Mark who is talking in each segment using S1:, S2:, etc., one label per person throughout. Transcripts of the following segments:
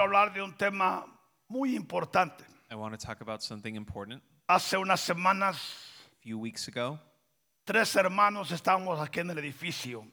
S1: hablar de un tema muy importante.
S2: I want to talk about something important.
S1: Hace unas semanas,
S2: A few weeks ago,
S1: tres hermanos estábamos aquí en el edificio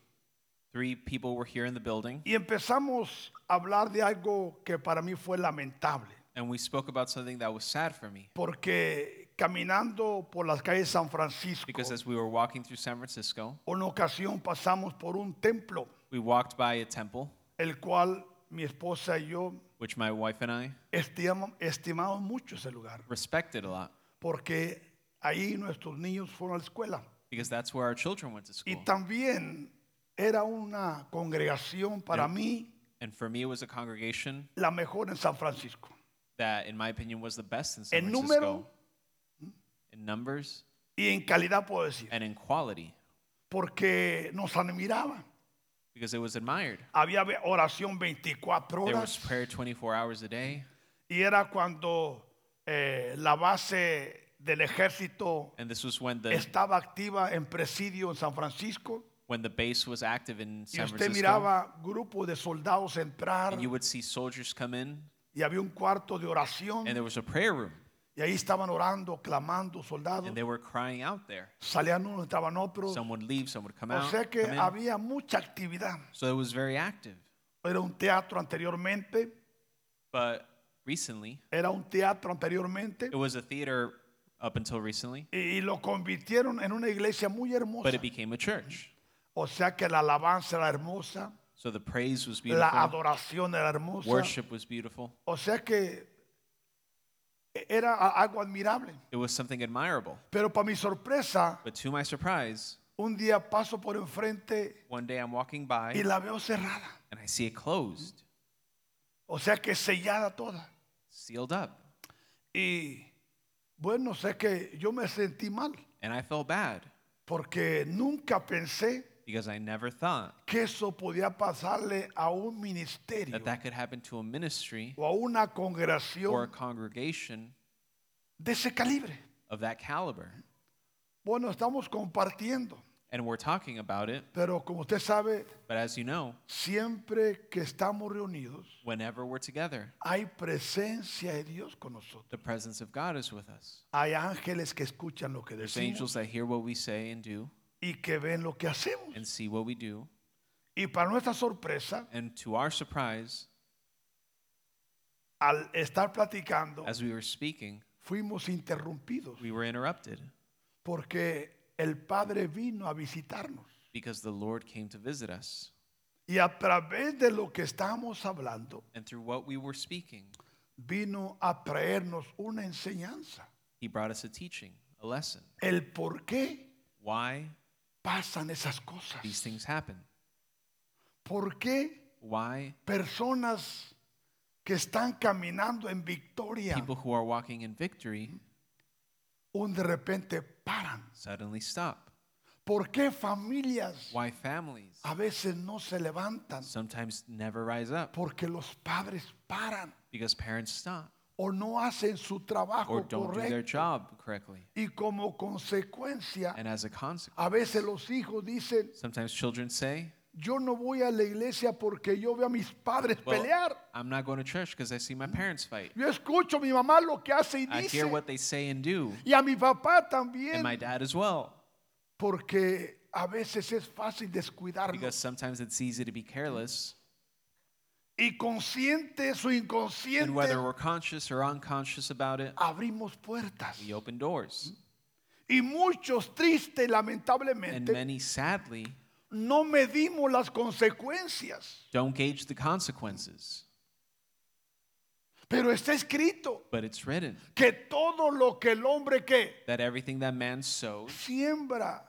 S2: three people were here in the building,
S1: y empezamos a hablar de algo que para mí fue lamentable,
S2: and we spoke about something that was sad for me.
S1: porque caminando por las calles de San Francisco,
S2: Because as we were walking through San Francisco,
S1: una ocasión pasamos por un templo,
S2: we walked by a temple,
S1: el cual mi esposa y yo
S2: which my wife and I
S1: estimamos, estimamos mucho ese lugar,
S2: respected a lot,
S1: porque ahí nuestros niños fueron a la escuela.
S2: because that's where our children went to
S1: Y
S2: school.
S1: también era una congregación para mí
S2: And for me, it was a congregation
S1: la mejor en San Francisco.
S2: that, in my opinion, was the best in San
S1: En número
S2: Francisco Hmm? in numbers
S1: y en calidad puedo decir,
S2: and in quality,
S1: porque nos admiraba.
S2: because it was admired.
S1: Había ve- oración 24
S2: There was
S1: horas
S2: prayer 24 hours a day,
S1: y era cuando eh, la base del ejército
S2: and this was when the
S1: estaba activa en presidio en San Francisco
S2: when the base was active in
S1: y
S2: San
S1: usted
S2: Francisco,
S1: miraba grupos de soldados entrar
S2: and you would see soldiers come in,
S1: y había un cuarto de oración
S2: and there was a prayer room,
S1: y ahí estaban orando, clamando soldados,
S2: and they were crying out there.
S1: salían unos, estaban otros.
S2: Some would leave, some would come
S1: O
S2: out.
S1: sea que
S2: come in.
S1: había mucha actividad.
S2: So it was very active.
S1: Era un teatro anteriormente,
S2: But recently,
S1: era un teatro anteriormente,
S2: it was a theater up until recently,
S1: y, y lo convirtieron en una iglesia muy hermosa.
S2: but it became a church.
S1: O sea que la alabanza era hermosa,
S2: So the praise was
S1: la
S2: beautiful,
S1: adoración era hermosa.
S2: worship was beautiful.
S1: O sea que e, era a- algo admirable.
S2: It was something admirable.
S1: Pero para mi sorpresa,
S2: But to my surprise,
S1: un día paso por enfrente
S2: one day I'm walking by
S1: y la veo cerrada.
S2: and I see it closed,
S1: O sea que sellada toda.
S2: sealed up.
S1: Y bueno, sé que yo me sentí mal
S2: And I felt bad
S1: porque nunca pensé
S2: because I never thought
S1: que eso podía pasarle a un ministerio
S2: that that could happen to a ministry
S1: o a una
S2: or a
S1: congregación
S2: congregation
S1: de ese calibre.
S2: of that caliber.
S1: Bueno, estamos compartiendo,
S2: And we're talking about it,
S1: pero como usted sabe,
S2: but as you know,
S1: siempre que estamos reunidos,
S2: whenever we're together,
S1: hay presencia de Dios con nosotros.
S2: the presence of God is with us.
S1: Hay ángeles que escuchan lo que
S2: There's
S1: decimos
S2: angels that hear what we say and do
S1: y que ven lo que hacemos.
S2: and see what we do.
S1: Y para nuestra sorpresa,
S2: And to our surprise,
S1: al estar platicando,
S2: as we were speaking,
S1: fuimos interrumpidos
S2: we were interrupted
S1: porque el Padre vino a visitarnos.
S2: because the Lord came to visit us.
S1: Y a través de lo que estamos hablando,
S2: And through what we were speaking,
S1: vino a traernos una enseñanza.
S2: He brought us a teaching, a lesson,
S1: El por qué
S2: why
S1: pasan esas cosas.
S2: these things happen,
S1: ¿Por qué
S2: why
S1: personas que están caminando en victoria,
S2: people who are walking in victory
S1: un de repente paran?
S2: suddenly stop,
S1: ¿Por qué familias
S2: why families
S1: a veces no se levantan?
S2: sometimes never rise up
S1: Porque los padres paran
S2: because parents stop
S1: o no hacen su
S2: or
S1: trabajo
S2: don't do their
S1: correcto.
S2: job correctly.
S1: Y como consecuencia,
S2: And as a consequence,
S1: a veces los hijos dicen,
S2: sometimes children say,
S1: yo no voy a la iglesia porque yo veo a mis padres
S2: Well,
S1: pelear.
S2: I'm not going to church because I see my parents fight.
S1: Yo escucho a mi mamá lo que hace y
S2: I
S1: dice.
S2: hear what they say and do,
S1: Y a mi papá también.
S2: and my dad as well,
S1: Porque a veces es fácil
S2: because
S1: descuidarnos.
S2: sometimes it's easy to be careless.
S1: Y conscientes o
S2: And whether
S1: inconscientes
S2: we're conscious or unconscious about it,
S1: abrimos puertas.
S2: we open doors.
S1: Y muchos, triste y
S2: And
S1: lamentablemente,
S2: many, sadly,
S1: no medimos las consecuencias.
S2: don't gauge the consequences.
S1: Pero está escrito
S2: But it's written
S1: que todo lo que el hombre que
S2: that everything that man sows,
S1: siembra,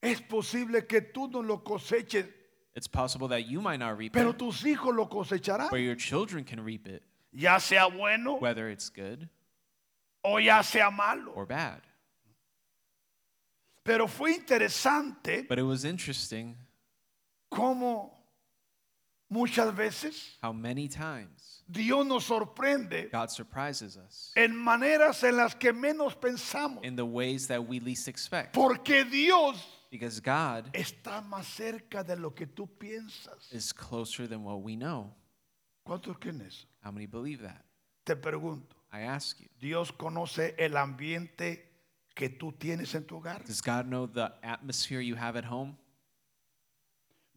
S1: es posible que tú no lo coseches,
S2: it's possible that you might not reap
S1: pero
S2: it,
S1: tus hijos lo cosecharán.
S2: but your children can reap it,
S1: Ya sea bueno
S2: whether it's good
S1: o ya sea malo.
S2: or bad.
S1: Pero fue interesante
S2: But it was interesting
S1: cómo muchas veces
S2: how many times
S1: Dios nos sorprende
S2: God surprises us
S1: en maneras en las que menos pensamos.
S2: in the ways that we least expect.
S1: Porque Dios
S2: Because God
S1: está más cerca de lo que tú piensas.
S2: is closer than what we know.
S1: ¿Cuántos creen eso?
S2: How many believe that?
S1: Te pregunto,
S2: I ask you.
S1: ¿Dios conoce el ambiente que tú tienes en tu hogar?
S2: Does God know the atmosphere you have at home?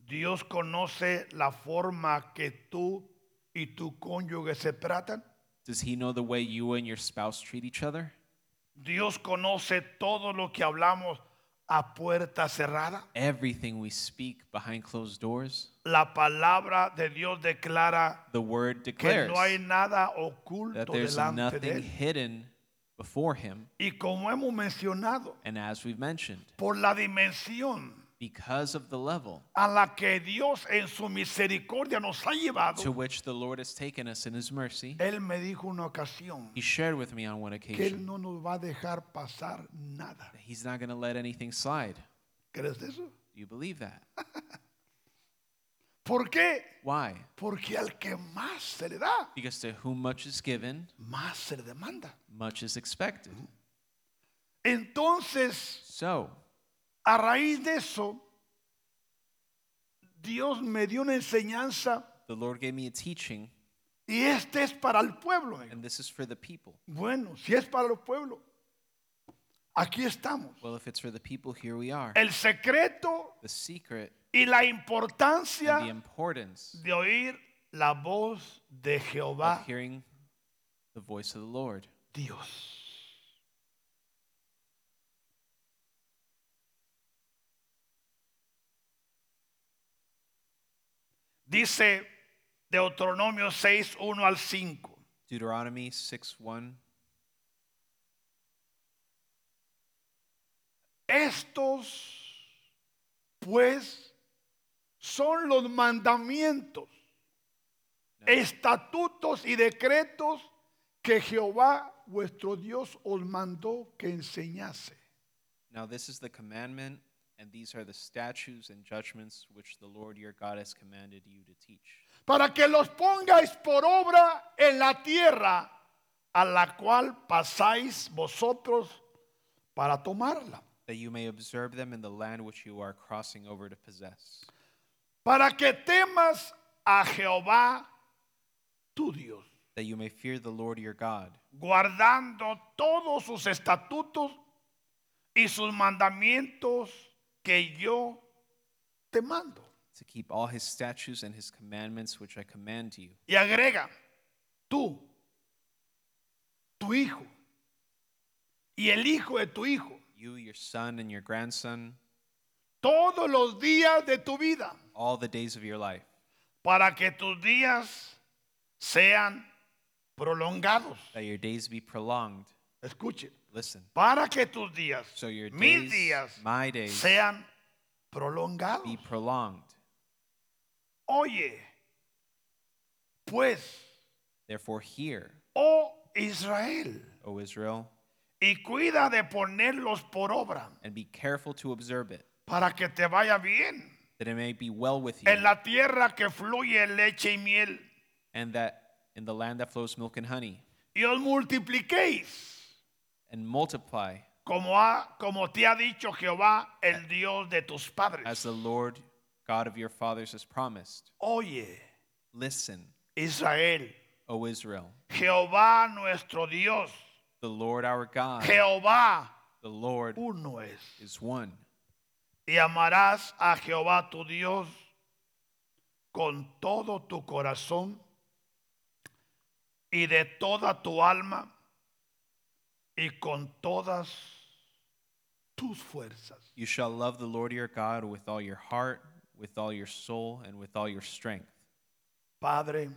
S1: ¿Dios conoce la forma que tú y tu cónyuge se tratan?
S2: Does He know the way you and your spouse treat each other?
S1: ¿Dios conoce todo lo que hablamos a puerta cerrada?
S2: Everything we speak behind closed doors,
S1: La palabra de Dios declara
S2: the Word
S1: que
S2: declares
S1: no hay nada
S2: that
S1: oculto
S2: there's
S1: delante de
S2: nothing
S1: Él.
S2: hidden before Him.
S1: Y como hemos mencionado,
S2: And as we've mentioned,
S1: por la dimensión
S2: because of the level
S1: a la que Dios en su misericordia nos ha
S2: to
S1: llevado,
S2: which the Lord has taken us in His mercy,
S1: Él me dijo una ocasión
S2: He shared with me on one
S1: que Él
S2: occasion
S1: no nos va a dejar pasar nada.
S2: that He's not going to let anything slide.
S1: ¿Crees eso?
S2: Do you believe that?
S1: ¿Por qué?
S2: Why?
S1: Porque al que más se le da,
S2: Because to whom much is given,
S1: más se le demanda.
S2: much is expected.
S1: Entonces,
S2: So,
S1: a raíz de eso, Dios me dio una enseñanza
S2: the Lord gave me a teaching,
S1: y este es para el pueblo. me dijo.
S2: and this is for the people.
S1: Bueno, si es para el pueblo, aquí estamos.
S2: Well, if it's for the people, here we are.
S1: El secreto
S2: The secret
S1: y la
S2: and the
S1: importancia
S2: importance
S1: de oír la voz de
S2: of
S1: Jehová
S2: hearing the voice of the Lord.
S1: Dios. Dice Deuteronomio 6, 1 al 5.
S2: Deuteronomy 6 1.
S1: Estos, pues, son los mandamientos, estatutos y decretos que Jehová vuestro Dios os mandó que enseñase.
S2: Now, this is the commandment, and these are the statutes and judgments which the Lord your God has commanded you to teach,
S1: para que los pongáis por obra en la tierra a la cual pasáis vosotros para tomarla,
S2: that you may observe them in the land which you are crossing over to possess,
S1: para que temas a Jehová tu Dios,
S2: that you may fear the Lord your God,
S1: guardando todos sus estatutos y sus mandamientos que yo te mando.
S2: to keep all his statutes and his commandments which I command you,
S1: Y agrega, tú, tu hijo, y el hijo de tu hijo,
S2: you, your son, and your grandson,
S1: todos los días de tu vida,
S2: all the days of your life,
S1: para que tus días sean prolongados.
S2: that your days be prolonged.
S1: Escuche,
S2: Listen.
S1: para que tus días,
S2: So your
S1: mis
S2: days,
S1: días,
S2: my days,
S1: sean prolongados.
S2: be prolonged.
S1: Oye, pues,
S2: Therefore, hear,
S1: oh Israel,
S2: O Israel,
S1: y cuida de ponerlos por obra,
S2: and be careful to observe it,
S1: para que te vaya bien
S2: that it may be well with you,
S1: en la tierra que fluye leche y miel,
S2: and that in the land that flows milk and honey,
S1: y os multipliquéis.
S2: and multiply
S1: como, ha- como te ha dicho Jehová, el Dios de tus
S2: as
S1: padres.
S2: the Lord God of your fathers has promised.
S1: Oye,
S2: Listen,
S1: Israel,
S2: O Israel,
S1: Jehová nuestro Dios,
S2: the Lord our God,
S1: Jehová
S2: the Lord
S1: uno es.
S2: is one.
S1: Y amarás a Jehová tu Dios con todo tu corazón y de toda tu alma y con todas tus fuerzas.
S2: You shall love the Lord your God with all your heart, with all your soul, and with all your strength.
S1: Padre,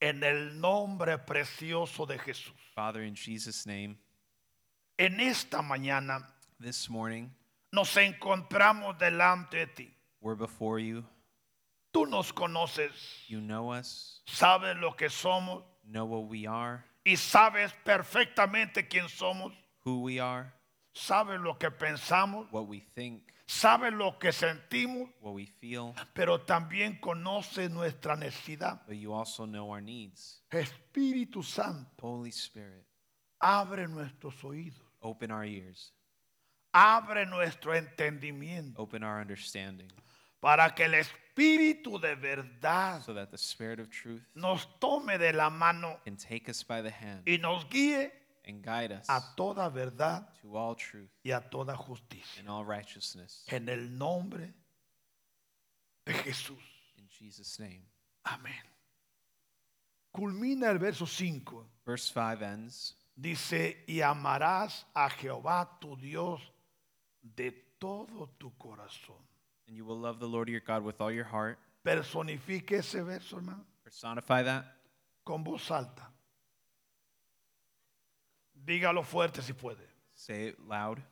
S1: en el nombre precioso de Jesús.
S2: Father, in Jesus' name,
S1: En esta mañana
S2: this morning
S1: nos encontramos delante de ti.
S2: we're before you.
S1: Tú nos conoces,
S2: You know us,
S1: sabes lo que somos
S2: know what we are,
S1: y sabes perfectamente quién somos,
S2: who we are,
S1: sabes lo que pensamos,
S2: what we think,
S1: sabes lo que sentimos,
S2: what we feel,
S1: pero también conoces nuestra necesidad.
S2: but you also know our needs.
S1: Espíritu Santo,
S2: Holy Spirit,
S1: abre nuestros oídos,
S2: open our ears,
S1: abre nuestro entendimiento
S2: open our understanding,
S1: para que el espíritu de verdad
S2: so that the Spirit of truth
S1: nos tome de la mano
S2: can take us by the hand
S1: y nos guíe
S2: and guide us
S1: a toda verdad
S2: to all truth
S1: y a toda justicia.
S2: and all righteousness.
S1: En el nombre de Jesús.
S2: In Jesus' name.
S1: Amén. Culmina el verso 5.
S2: Verse 5 ends
S1: Dice, y amarás a Jehová tu Dios de todo tu corazón.
S2: And you will love the Lord your God with all your heart.
S1: Personifique ese verso, hermano,
S2: Personify that.
S1: con voz alta. Dígalo fuerte si puede.
S2: Say it loud.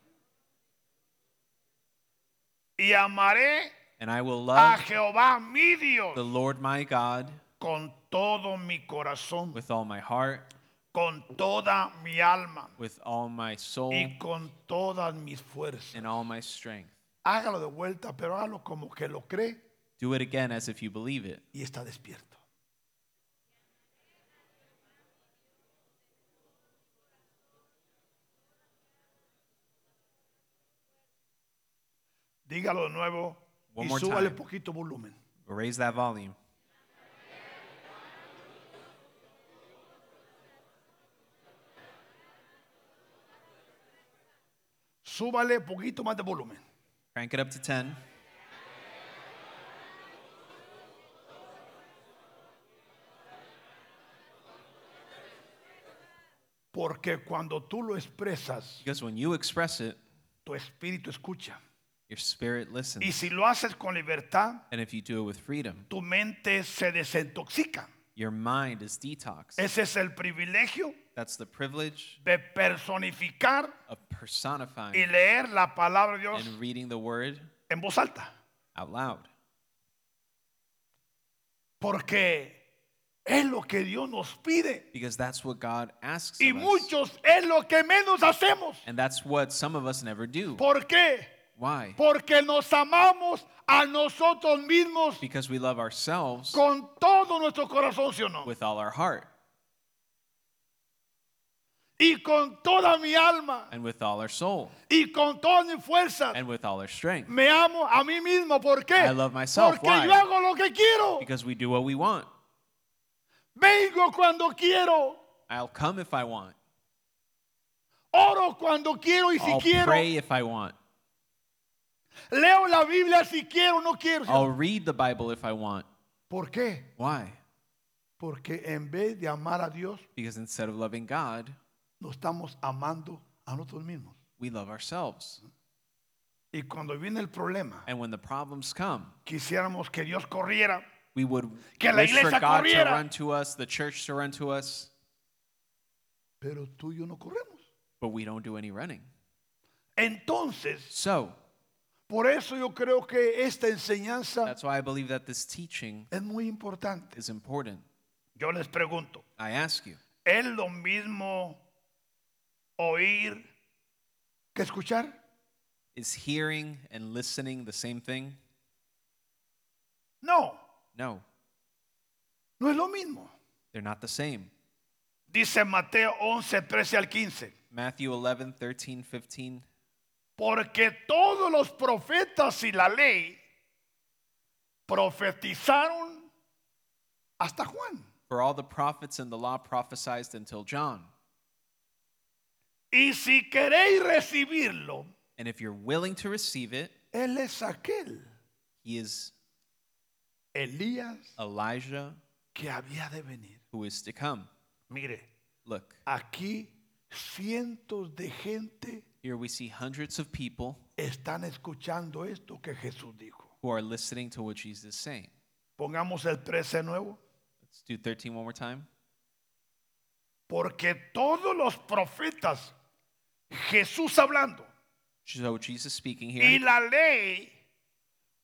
S1: Y amaré
S2: And I will
S1: a
S2: love
S1: Jehová mi
S2: the
S1: Dios
S2: Lord my God
S1: con todo mi corazón,
S2: with all my heart,
S1: con toda mi alma
S2: with all my soul,
S1: y con todas mis fuerzas.
S2: and all my strength.
S1: Hágalo de vuelta, pero hágalo como que lo cree
S2: Do it again as if you believe it.
S1: y está despierto. Dígalo de nuevo
S2: One
S1: y
S2: more
S1: súbale
S2: time.
S1: poquito volumen.
S2: Raise that volume.
S1: Súbale poquito más de volumen.
S2: Crank it up to 10.
S1: Porque cuando tú lo expresas,
S2: Because when you express it,
S1: tu espíritu escucha.
S2: your spirit
S1: Y
S2: listens.
S1: si lo haces con libertad,
S2: And if you do it with freedom,
S1: tu mente se desintoxica.
S2: your mind is detoxed.
S1: Ese es el privilegio
S2: That's the privilege
S1: de personificar
S2: of
S1: y
S2: personifying
S1: leer la palabra de Dios
S2: and reading the word
S1: en voz alta.
S2: out loud.
S1: Porque es lo que Dios nos pide.
S2: Because that's what God asks
S1: Y
S2: of us.
S1: muchos es lo que menos hacemos.
S2: And that's what some of us never do.
S1: ¿Por qué?
S2: Why?
S1: Porque nos amamos a nosotros mismos
S2: Because we love ourselves
S1: con todo nuestro corazón, ¿sí o no?
S2: with all our heart
S1: Y con toda mi alma
S2: and with all our soul
S1: y con toda mi fuerza.
S2: and with all our strength.
S1: Me amo a mí mismo. ¿Por qué?
S2: I love myself.
S1: Porque
S2: Why?
S1: yo hago lo que quiero.
S2: Because we do what we want.
S1: Vengo cuando quiero.
S2: I'll come if I want.
S1: Oro cuando quiero y si
S2: I'll
S1: quiero.
S2: pray if I want.
S1: Leo la Biblia si quiero o no quiero. ¿sí o no?
S2: I'll read the Bible if I want.
S1: ¿Por qué?
S2: Why?
S1: Porque en vez de amar a Dios,
S2: Because instead of loving God,
S1: nos estamos amando a nosotros mismos.
S2: we love ourselves.
S1: Y cuando viene el problema,
S2: And when the problems come,
S1: quisiéramos que Dios corriera,
S2: we would
S1: Que la
S2: wish for
S1: iglesia
S2: God to
S1: corriera.
S2: run to us, the church to run to us,
S1: pero tú y yo no corremos.
S2: but we don't do any running.
S1: Entonces,
S2: So
S1: por eso yo creo que esta enseñanza
S2: that's why I believe that this teaching
S1: es muy importante.
S2: is important.
S1: Yo les pregunto,
S2: I ask you,
S1: ¿es lo mismo oír que escuchar?
S2: is hearing and listening the same thing?
S1: No,
S2: No,
S1: no es lo mismo.
S2: they're not the same.
S1: Dice Mateo 11, 13 al 15.
S2: Matthew 11, 13, 15.
S1: Porque todos los profetas y la ley profetizaron hasta Juan.
S2: For all the prophets and the law prophesied until John.
S1: Y si queréis recibirlo,
S2: And if you're willing to receive it,
S1: él es aquel
S2: he is
S1: Elías
S2: Elijah
S1: que había de venir.
S2: who is to come.
S1: Mire,
S2: Look,
S1: aquí cientos de gente
S2: here we see hundreds of people
S1: están escuchando esto que Jesús dijo.
S2: who are listening to what Jesus is saying.
S1: Pongamos el 13 nuevo.
S2: Let's do 13 one more time.
S1: Porque todos los profetas, Jesús hablando,
S2: So Jesus speaking
S1: y
S2: here.
S1: la ley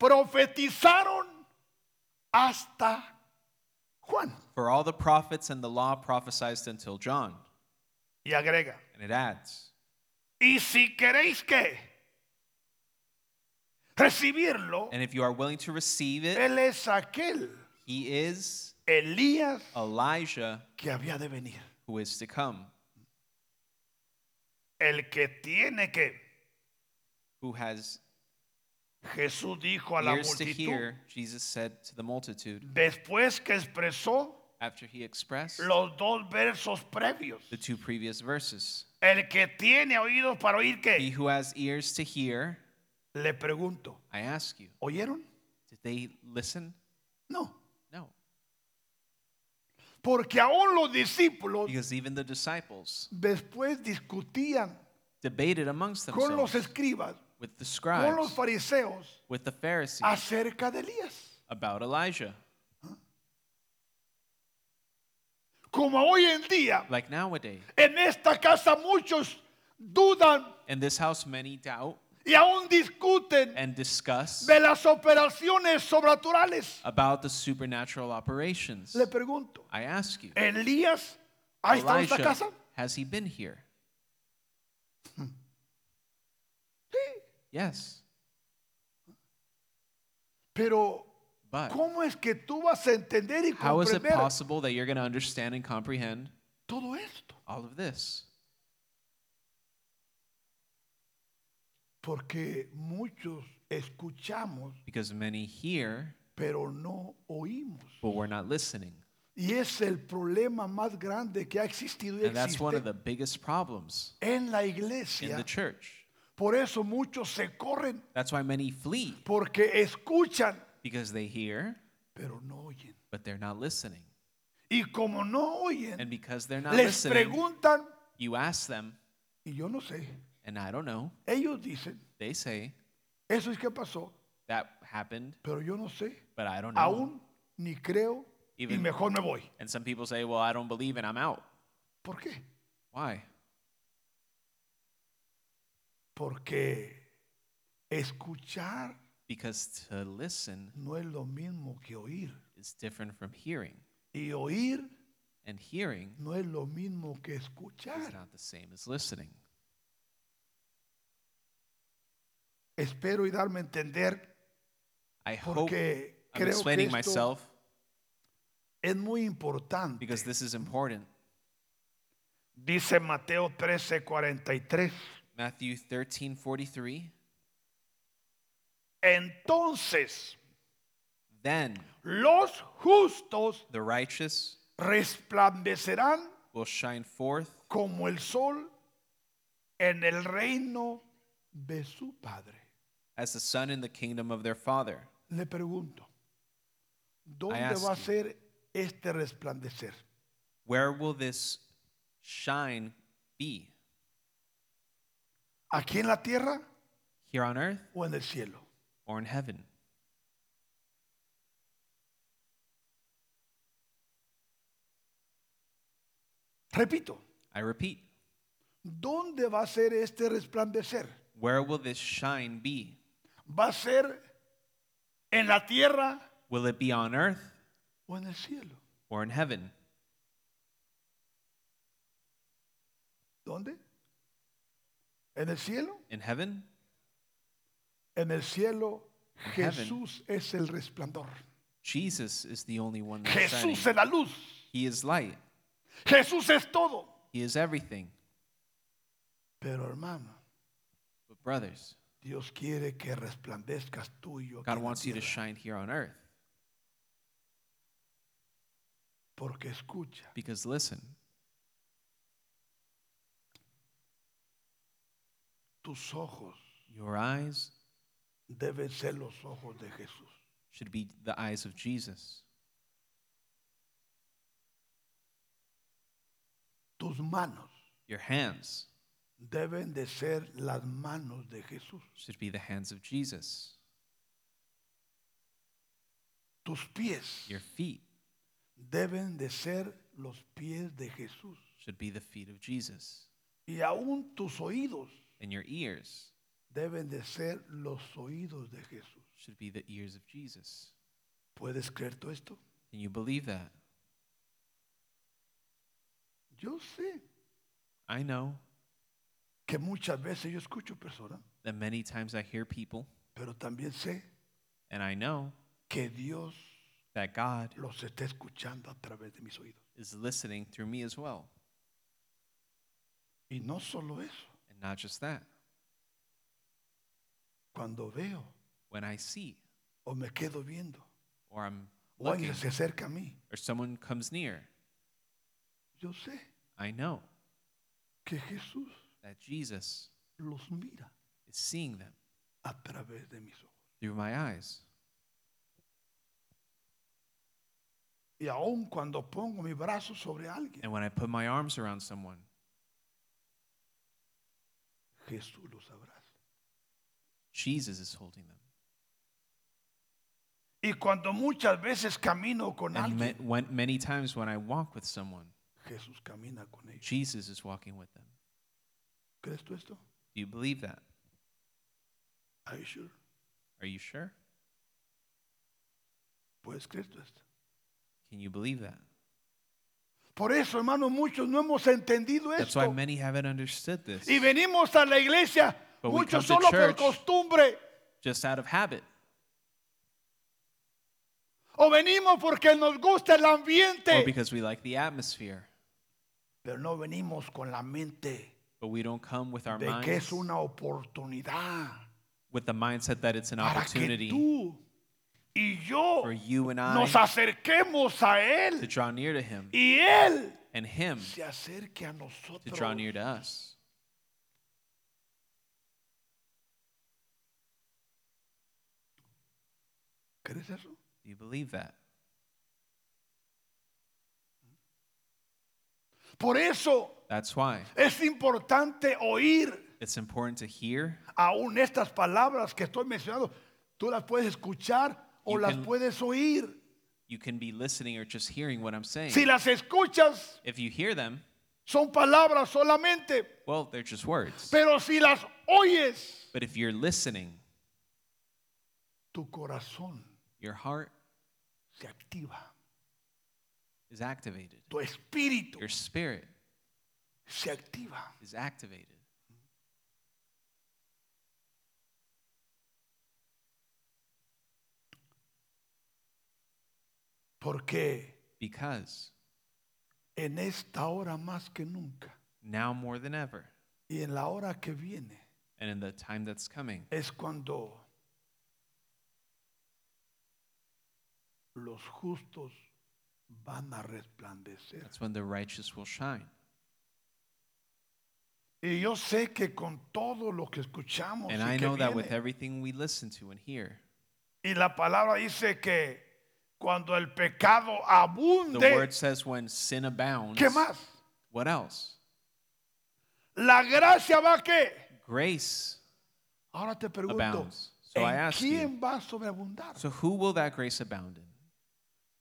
S1: profetizaron hasta Juan.
S2: For all the prophets and the law prophesied until John.
S1: Y agrega,
S2: And it adds,
S1: y si queréis que recibirlo,
S2: and if you are willing to receive it,
S1: él es aquel
S2: he is
S1: Elías
S2: Elijah
S1: que había de venir.
S2: who is to come,
S1: El que tiene que
S2: who has
S1: Jesús dijo a la
S2: Ears to
S1: multitud,
S2: hear, Jesus said to the multitude,
S1: después que expresó
S2: after he expressed
S1: los dos versos previos.
S2: the two previous verses.
S1: El que tiene oídos para oír,
S2: He
S1: ¿qué?
S2: who has ears to hear,
S1: Le pregunto,
S2: I ask you,
S1: ¿oyeron?
S2: did they listen?
S1: No.
S2: No.
S1: Porque aún los discípulos
S2: Because even the disciples
S1: después discutían
S2: debated amongst
S1: con los
S2: themselves
S1: escribas,
S2: with the
S1: con los
S2: scribes,
S1: fariseos,
S2: with the Pharisees,
S1: acerca de Elías.
S2: about Elijah.
S1: Como hoy en día,
S2: Like nowadays.
S1: en esta casa muchos dudan
S2: In this house, many doubt
S1: y aún discuten
S2: and discuss
S1: de las operaciones sobrenaturales.
S2: about the supernatural operations.
S1: Le pregunto,
S2: I ask you,
S1: ¿Elías ha estado en esta casa?
S2: Elijah, has he been here?
S1: Sí.
S2: Yes.
S1: Pero,
S2: But
S1: ¿cómo es que tú vas a entender y
S2: how is it
S1: comprender
S2: possible that you're going to understand and comprehend
S1: todo esto?
S2: all of this?
S1: Porque muchos escuchamos,
S2: Because many hear,
S1: pero no oímos.
S2: but we're not listening.
S1: Y es el problema más grande que ha existido y
S2: And that's one of
S1: existe
S2: the biggest problems
S1: en la
S2: in
S1: iglesia.
S2: the church.
S1: Por eso muchos se corren,
S2: That's why many flee,
S1: porque escuchan,
S2: because they hear,
S1: pero no oyen.
S2: but they're not listening.
S1: Y como no oyen,
S2: And because they're not
S1: les
S2: listening,
S1: preguntan,
S2: you ask them,
S1: y yo no sé,
S2: and I don't know,
S1: ellos dicen,
S2: they say,
S1: eso es que pasó,
S2: that happened,
S1: pero yo no sé,
S2: but I don't know.
S1: aún ni creo, y
S2: Even-
S1: mejor me voy.
S2: And some people say, well, I don't believe and I'm out.
S1: ¿Por qué?
S2: Why?
S1: Porque escuchar
S2: Because to listen
S1: no es lo mismo que oír.
S2: is different from hearing,
S1: Y oír
S2: and hearing
S1: no es lo mismo que
S2: is
S1: escuchar.
S2: not the same as listening.
S1: Espero y darme a entender
S2: I hope
S1: porque creo
S2: I'm
S1: que
S2: explaining
S1: esto
S2: myself
S1: es muy importante.
S2: because this is important.
S1: Dice Mateo 13:43.
S2: Matthew 13 43.
S1: Entonces
S2: Then
S1: los justos
S2: the righteous
S1: resplandecerán
S2: will shine forth
S1: como el sol en el reino de su Padre.
S2: as the sun in the kingdom of their Father.
S1: Le pregunto, ¿dónde
S2: ask
S1: va a
S2: you.
S1: ser este resplandecer?
S2: Where will this shine be?
S1: ¿Aquí en la tierra
S2: Here on earth
S1: o en el cielo?
S2: or in heaven?
S1: Repito,
S2: I repeat,
S1: ¿dónde va a ser este resplandecer?
S2: where will this shine be?
S1: ¿Va a ser en la tierra
S2: Will it be on earth
S1: o en el cielo?
S2: or in heaven?
S1: ¿Dónde? ¿En el cielo?
S2: In heaven?
S1: En el cielo
S2: In heaven.
S1: Jesús es el resplandor.
S2: Jesus is the only one that's shining.
S1: Jesús es la luz.
S2: He is light.
S1: Jesús es todo.
S2: He is everything.
S1: Pero hermano,
S2: But brothers,
S1: Dios quiere que resplandezcas tú y yo. aquí
S2: God
S1: en la
S2: wants you to
S1: tierra,
S2: shine here on earth
S1: Porque escucha,
S2: because listen,
S1: tus ojos
S2: your eyes
S1: deben ser los ojos de Jesús.
S2: should be the eyes of Jesus.
S1: Tus manos
S2: Your hands
S1: deben de ser las manos de Jesús.
S2: should be the hands of Jesus.
S1: Tus pies
S2: Your feet
S1: deben de ser los pies de Jesús.
S2: should be the feet of Jesus.
S1: Y aún tus oídos
S2: And your ears
S1: deben de ser los oídos de Jesús.
S2: should be the ears of Jesus.
S1: ¿Puedes creer todo esto?
S2: Can you believe that?
S1: Yo sé
S2: I know
S1: que muchas veces yo escucho personas,
S2: that many times I hear people,
S1: pero también sé
S2: and I know
S1: que Dios
S2: that God
S1: los está escuchando a través de mis oídos.
S2: is listening through me as well.
S1: Y no solo eso,
S2: And not just that,
S1: cuando veo
S2: When I see,
S1: o me quedo viendo,
S2: or I'm
S1: o
S2: looking,
S1: alguien se acerca a mí.
S2: or someone comes near,
S1: Yo sé
S2: I know
S1: que Jesús
S2: that Jesus
S1: los mira
S2: is seeing them
S1: a través de mis ojos.
S2: through my eyes.
S1: Y aun cuando pongo mi brazo sobre alguien,
S2: And when I put my arms around someone,
S1: Jesús los abraza.
S2: Jesus is holding them.
S1: Y cuando muchas veces camino con
S2: And ma-
S1: alguien,
S2: when, many times when I walk with someone,
S1: Jesús camina con ellos.
S2: Jesus is walking with them.
S1: ¿Crees tú esto?
S2: Do you believe that?
S1: Are you sure?
S2: Are you sure?
S1: ¿Puedes creer Pues, tú esto?
S2: Can you believe that?
S1: Por eso, hermano, muchos no hemos entendido
S2: That's why
S1: esto.
S2: many haven't understood this.
S1: Y venimos a la iglesia,
S2: But we
S1: muchos
S2: come to
S1: solo por
S2: church.
S1: costumbre,
S2: Just out of habit.
S1: o venimos porque nos gusta el
S2: Or
S1: ambiente,
S2: because we like the atmosphere.
S1: pero no venimos con la mente
S2: But we don't come with our
S1: de que
S2: minds
S1: es una oportunidad
S2: with the mindset that it's an
S1: para que
S2: opportunity
S1: tú y yo
S2: for you and I
S1: nos acerquemos a
S2: to
S1: Él
S2: draw near to Him
S1: y Él
S2: and Him
S1: se acerque a
S2: to draw
S1: nosotros.
S2: near to us.
S1: ¿Crees eso?
S2: Do you believe that?
S1: Por eso
S2: That's why
S1: es importante oír
S2: it's important to hear.
S1: aún estas palabras que estoy mencionando, tú las puedes escuchar o
S2: You
S1: las
S2: can-
S1: puedes oír.
S2: You can be listening or just hearing what I'm saying.
S1: Si las escuchas,
S2: If you hear them,
S1: son palabras solamente,
S2: well, they're just words.
S1: pero si las oyes,
S2: But if you're listening,
S1: tu corazón
S2: your heart
S1: se activa,
S2: is activated.
S1: tu espíritu
S2: Your spirit
S1: se activa.
S2: is activated.
S1: Porque
S2: Because
S1: en esta hora más que nunca
S2: now more than ever,
S1: y en la hora que viene
S2: and in the time that's coming,
S1: es cuando los justos van a resplandecer.
S2: that's when the righteous will shine.
S1: Y yo sé que con todo lo que escuchamos
S2: And
S1: y
S2: I
S1: que
S2: know that with
S1: viene,
S2: everything we listen to and hear,
S1: y la palabra dice que cuando el pecado
S2: the
S1: abunde,
S2: word says when sin abounds,
S1: ¿qué más?
S2: what else?
S1: La gracia va a qué?
S2: Grace
S1: Ahora te pregunto,
S2: abounds. So I
S1: ¿en
S2: ask you,
S1: quién va a sobreabundar?
S2: so who will that grace abound in?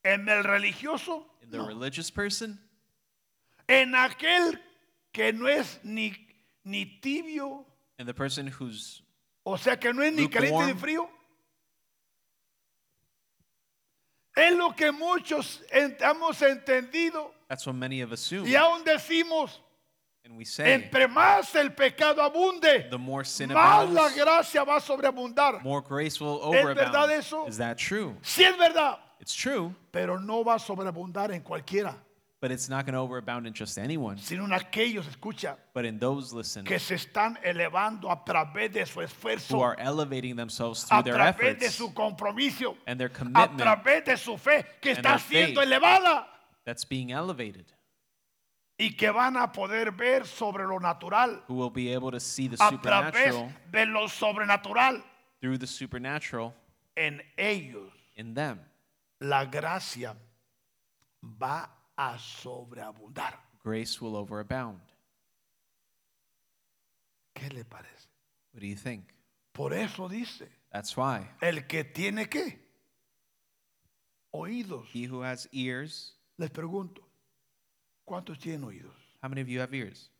S1: ¿En el religioso?
S2: In the
S1: No.
S2: religious person?
S1: En aquel que no es ni, ni tibio,
S2: In the person who's
S1: o sea que no es ni caliente ni
S2: Lukewarm.
S1: frío. Es lo que muchos en- hemos entendido
S2: that's what many of assume.
S1: y aún decimos,
S2: And we say,
S1: Entre más el pecado abunde,
S2: the more sin
S1: más la
S2: abounds,
S1: gracia va a sobreabundar.
S2: more grace will
S1: ¿Es verdad eso?
S2: overabound. Is that true?
S1: Sí es verdad,
S2: It's true,
S1: pero no va a sobreabundar en cualquiera,
S2: but it's not going to overabound in just anyone,
S1: sino en aquellos, escucha,
S2: but in those listen
S1: que se están elevando a través de su
S2: who
S1: esfuerzo,
S2: are elevating themselves through
S1: a
S2: their
S1: través de
S2: efforts
S1: su compromiso,
S2: and their
S1: a
S2: commitment
S1: través de su fe, que
S2: And
S1: está
S2: their faith.
S1: siendo elevada
S2: that's being elevated,
S1: y que van a poder ver sobre lo natural,
S2: who will be able to see the
S1: a través
S2: supernatural
S1: de lo sobrenatural
S2: through the supernatural
S1: en ellos.
S2: in them.
S1: la gracia va a sobreabundar.
S2: Grace will overabound.
S1: ¿Qué le parece?
S2: What do you think?
S1: Por eso dice,
S2: That's why
S1: el que tiene qué? Oídos.
S2: he who has ears,
S1: Les pregunto, ¿cuántos tienen oídos?
S2: how many of you have ears?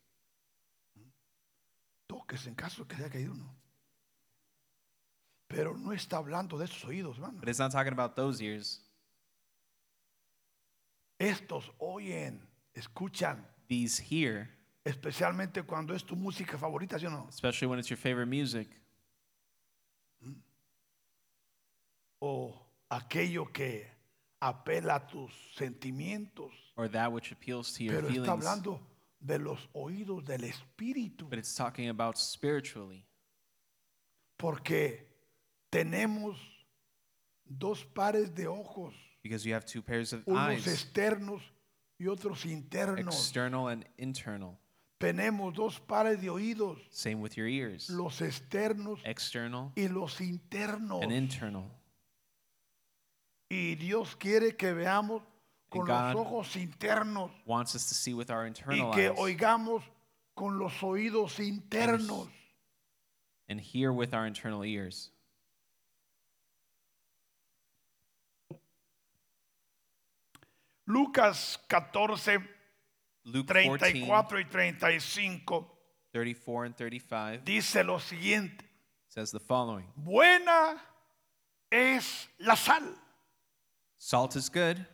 S1: Toques en caso que haya caído uno. Pero no está hablando de esos oídos, hermano.
S2: But it's not talking about those ears.
S1: Estos oyen, escuchan,
S2: These hear,
S1: especialmente cuando es tu música favorita, ¿sí o no?
S2: especially when it's your favorite music
S1: O aquello que apela a tus sentimientos.
S2: or that which appeals to your
S1: Pero está
S2: feelings.
S1: hablando de los oídos del espíritu,
S2: But it's talking about spiritually
S1: porque tenemos dos pares de ojos,
S2: because you have two pairs of
S1: unos
S2: eyes,
S1: externos y otros internos.
S2: external and internal.
S1: Tenemos dos pares de oídos,
S2: Same with your ears,
S1: los externos
S2: external
S1: y los internos.
S2: and internal.
S1: Y Dios quiere que veamos con los
S2: God
S1: ojos internos
S2: Wants us to see with our
S1: y
S2: internal
S1: que
S2: eyes
S1: oigamos con los oídos internos.
S2: and hear with our internal ears.
S1: Lucas 14,
S2: Luke 14,
S1: 34 y 35
S2: 34 and 35
S1: dice lo siguiente.
S2: says the following
S1: Buena es la sal,
S2: Salt is good,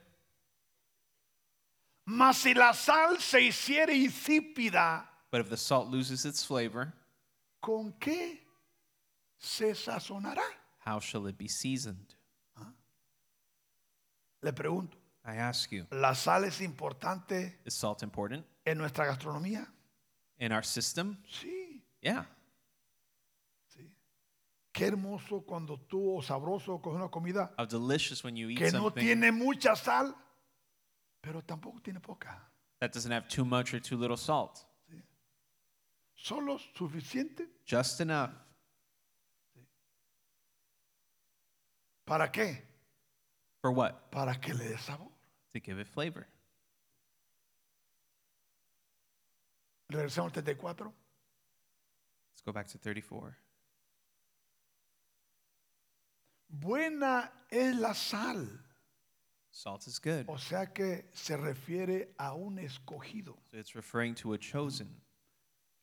S1: mas si la sal se hiciere insípida,
S2: but if the salt loses its flavor,
S1: ¿con qué se sazonará?
S2: how shall it be seasoned?
S1: Le pregunto,
S2: I ask you,
S1: ¿la sal es importante
S2: is salt important
S1: en nuestra gastronomía?
S2: in our system?
S1: Sí.
S2: Yeah.
S1: Qué hermoso cuando tú, o sabroso, coges una comida
S2: How delicious when you eat
S1: que no
S2: something
S1: tiene mucha sal, pero tampoco tiene poca.
S2: that doesn't have too much or too little salt.
S1: Solo suficiente.
S2: Just enough.
S1: ¿Para qué?
S2: For what?
S1: Para que le dé sabor.
S2: To give it flavor.
S1: Regresemos al 34.
S2: Let's go back to 34.
S1: Buena es la sal.
S2: Salt is good.
S1: O sea que se refiere a un escogido
S2: So it's referring to a chosen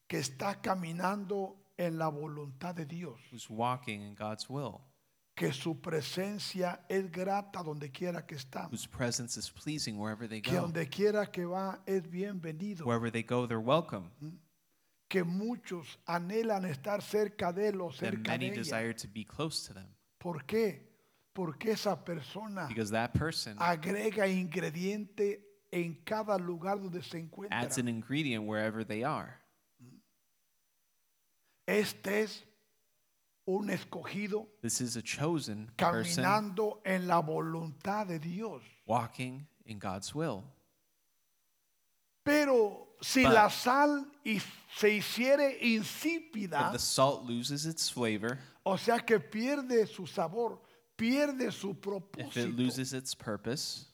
S1: que está caminando en la voluntad de Dios,
S2: who's walking in God's will,
S1: que su presencia es grata donde quiera que está,
S2: whose presence is pleasing wherever they
S1: que
S2: go.
S1: donde quiera que va es bienvenido,
S2: Wherever they go, they're welcome.
S1: Mm-hmm. que muchos anhelan estar cerca de él o
S2: That
S1: cerca de
S2: many
S1: ella.
S2: desire to be close to them
S1: ¿Por qué? Porque esa persona
S2: because that person
S1: agrega ingrediente en cada lugar donde se encuentra.
S2: adds an ingredient wherever they are.
S1: Este es un escogido
S2: This is a chosen person
S1: caminando en la voluntad de Dios.
S2: walking in God's will.
S1: Pero si
S2: But-
S1: la sal hi- se hiciere
S2: If
S1: insípida,
S2: the salt loses its flavor,
S1: o sea que pierde su sabor, pierde su
S2: if it
S1: propósito,
S2: loses its purpose,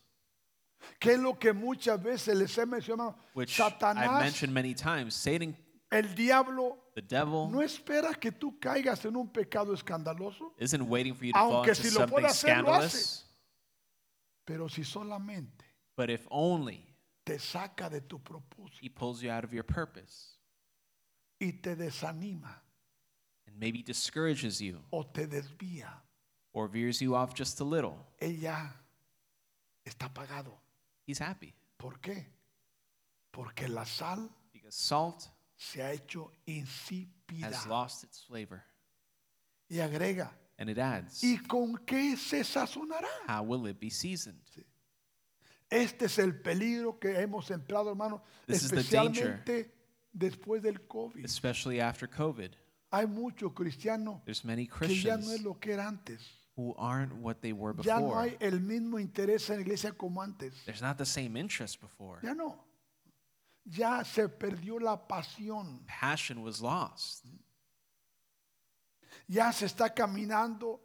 S1: que es lo que muchas veces les he mencionado,
S2: which I've
S1: Satanás,
S2: mentioned many times, Satan,
S1: el diablo,
S2: the devil,
S1: no espera que tú caigas en un pecado escandaloso,
S2: isn't waiting for you to fall
S1: Aunque
S2: into
S1: si lo
S2: something
S1: puede hacer, lo hace.
S2: scandalous,
S1: pero si solamente
S2: but if only
S1: te saca de tu propósito
S2: he pulls you out of your purpose
S1: y te desanima
S2: and maybe discourages you
S1: o te desvía,
S2: or veers you off just a little,
S1: ella está pagado.
S2: he's happy
S1: ¿Por qué? Porque la sal
S2: because salt
S1: se ha hecho insípida.
S2: has lost its flavor
S1: Y agrega,
S2: and it adds.
S1: ¿y con qué se sazonará?
S2: How will it be seasoned?
S1: Este es el peligro que hemos sembrado, hermano,
S2: This is the
S1: especialmente después del COVID.
S2: Especially after COVID.
S1: Hay muchos cristianos
S2: There's many
S1: que ya no es
S2: Christians
S1: lo que era antes.
S2: who aren't what they were
S1: Ya no
S2: before.
S1: hay el mismo interés en la iglesia como antes.
S2: There's not the same interest before.
S1: Ya no. Ya se perdió la pasión.
S2: Passion was lost.
S1: Mm-hmm. Ya se está caminando,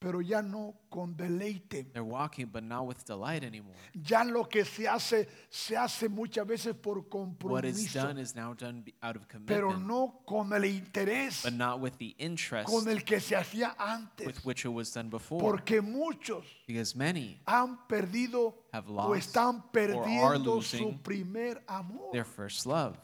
S1: pero ya no con deleite.
S2: They're walking, but not with delight anymore.
S1: Ya lo que se hace, se hace muchas veces por
S2: What is
S1: compromiso,
S2: done is now done be- out of
S1: pero
S2: commitment,
S1: no con el interés
S2: but not with the interest
S1: con el que se hacía
S2: with
S1: antes,
S2: which it was done before.
S1: porque muchos
S2: Because many
S1: han perdido
S2: have
S1: o
S2: lost
S1: están
S2: or are
S1: perdiendo su
S2: losing
S1: primer amor.
S2: their first love.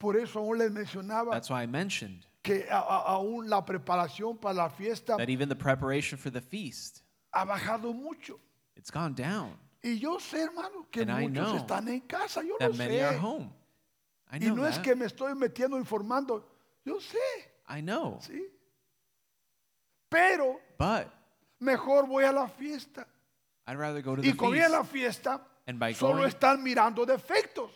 S1: Por eso aún les mencionaba
S2: That's why I mentioned
S1: que a- a- aún la preparación para la fiesta
S2: that even the preparation for the feast,
S1: ha bajado mucho.
S2: it's gone down.
S1: Y yo sé, hermano, que
S2: And I
S1: muchos
S2: know
S1: están en casa, yo lo
S2: That many are
S1: sé.
S2: home.
S1: Oh,
S2: I
S1: Y
S2: know
S1: no es
S2: that.
S1: que me estoy metiendo informando, yo sé.
S2: I know.
S1: ¿sí? Pero
S2: But
S1: mejor voy a la fiesta.
S2: I'd rather go to the
S1: Y con ir a
S2: feast.
S1: la fiesta,
S2: And by
S1: solo
S2: going-
S1: están mirando defectos.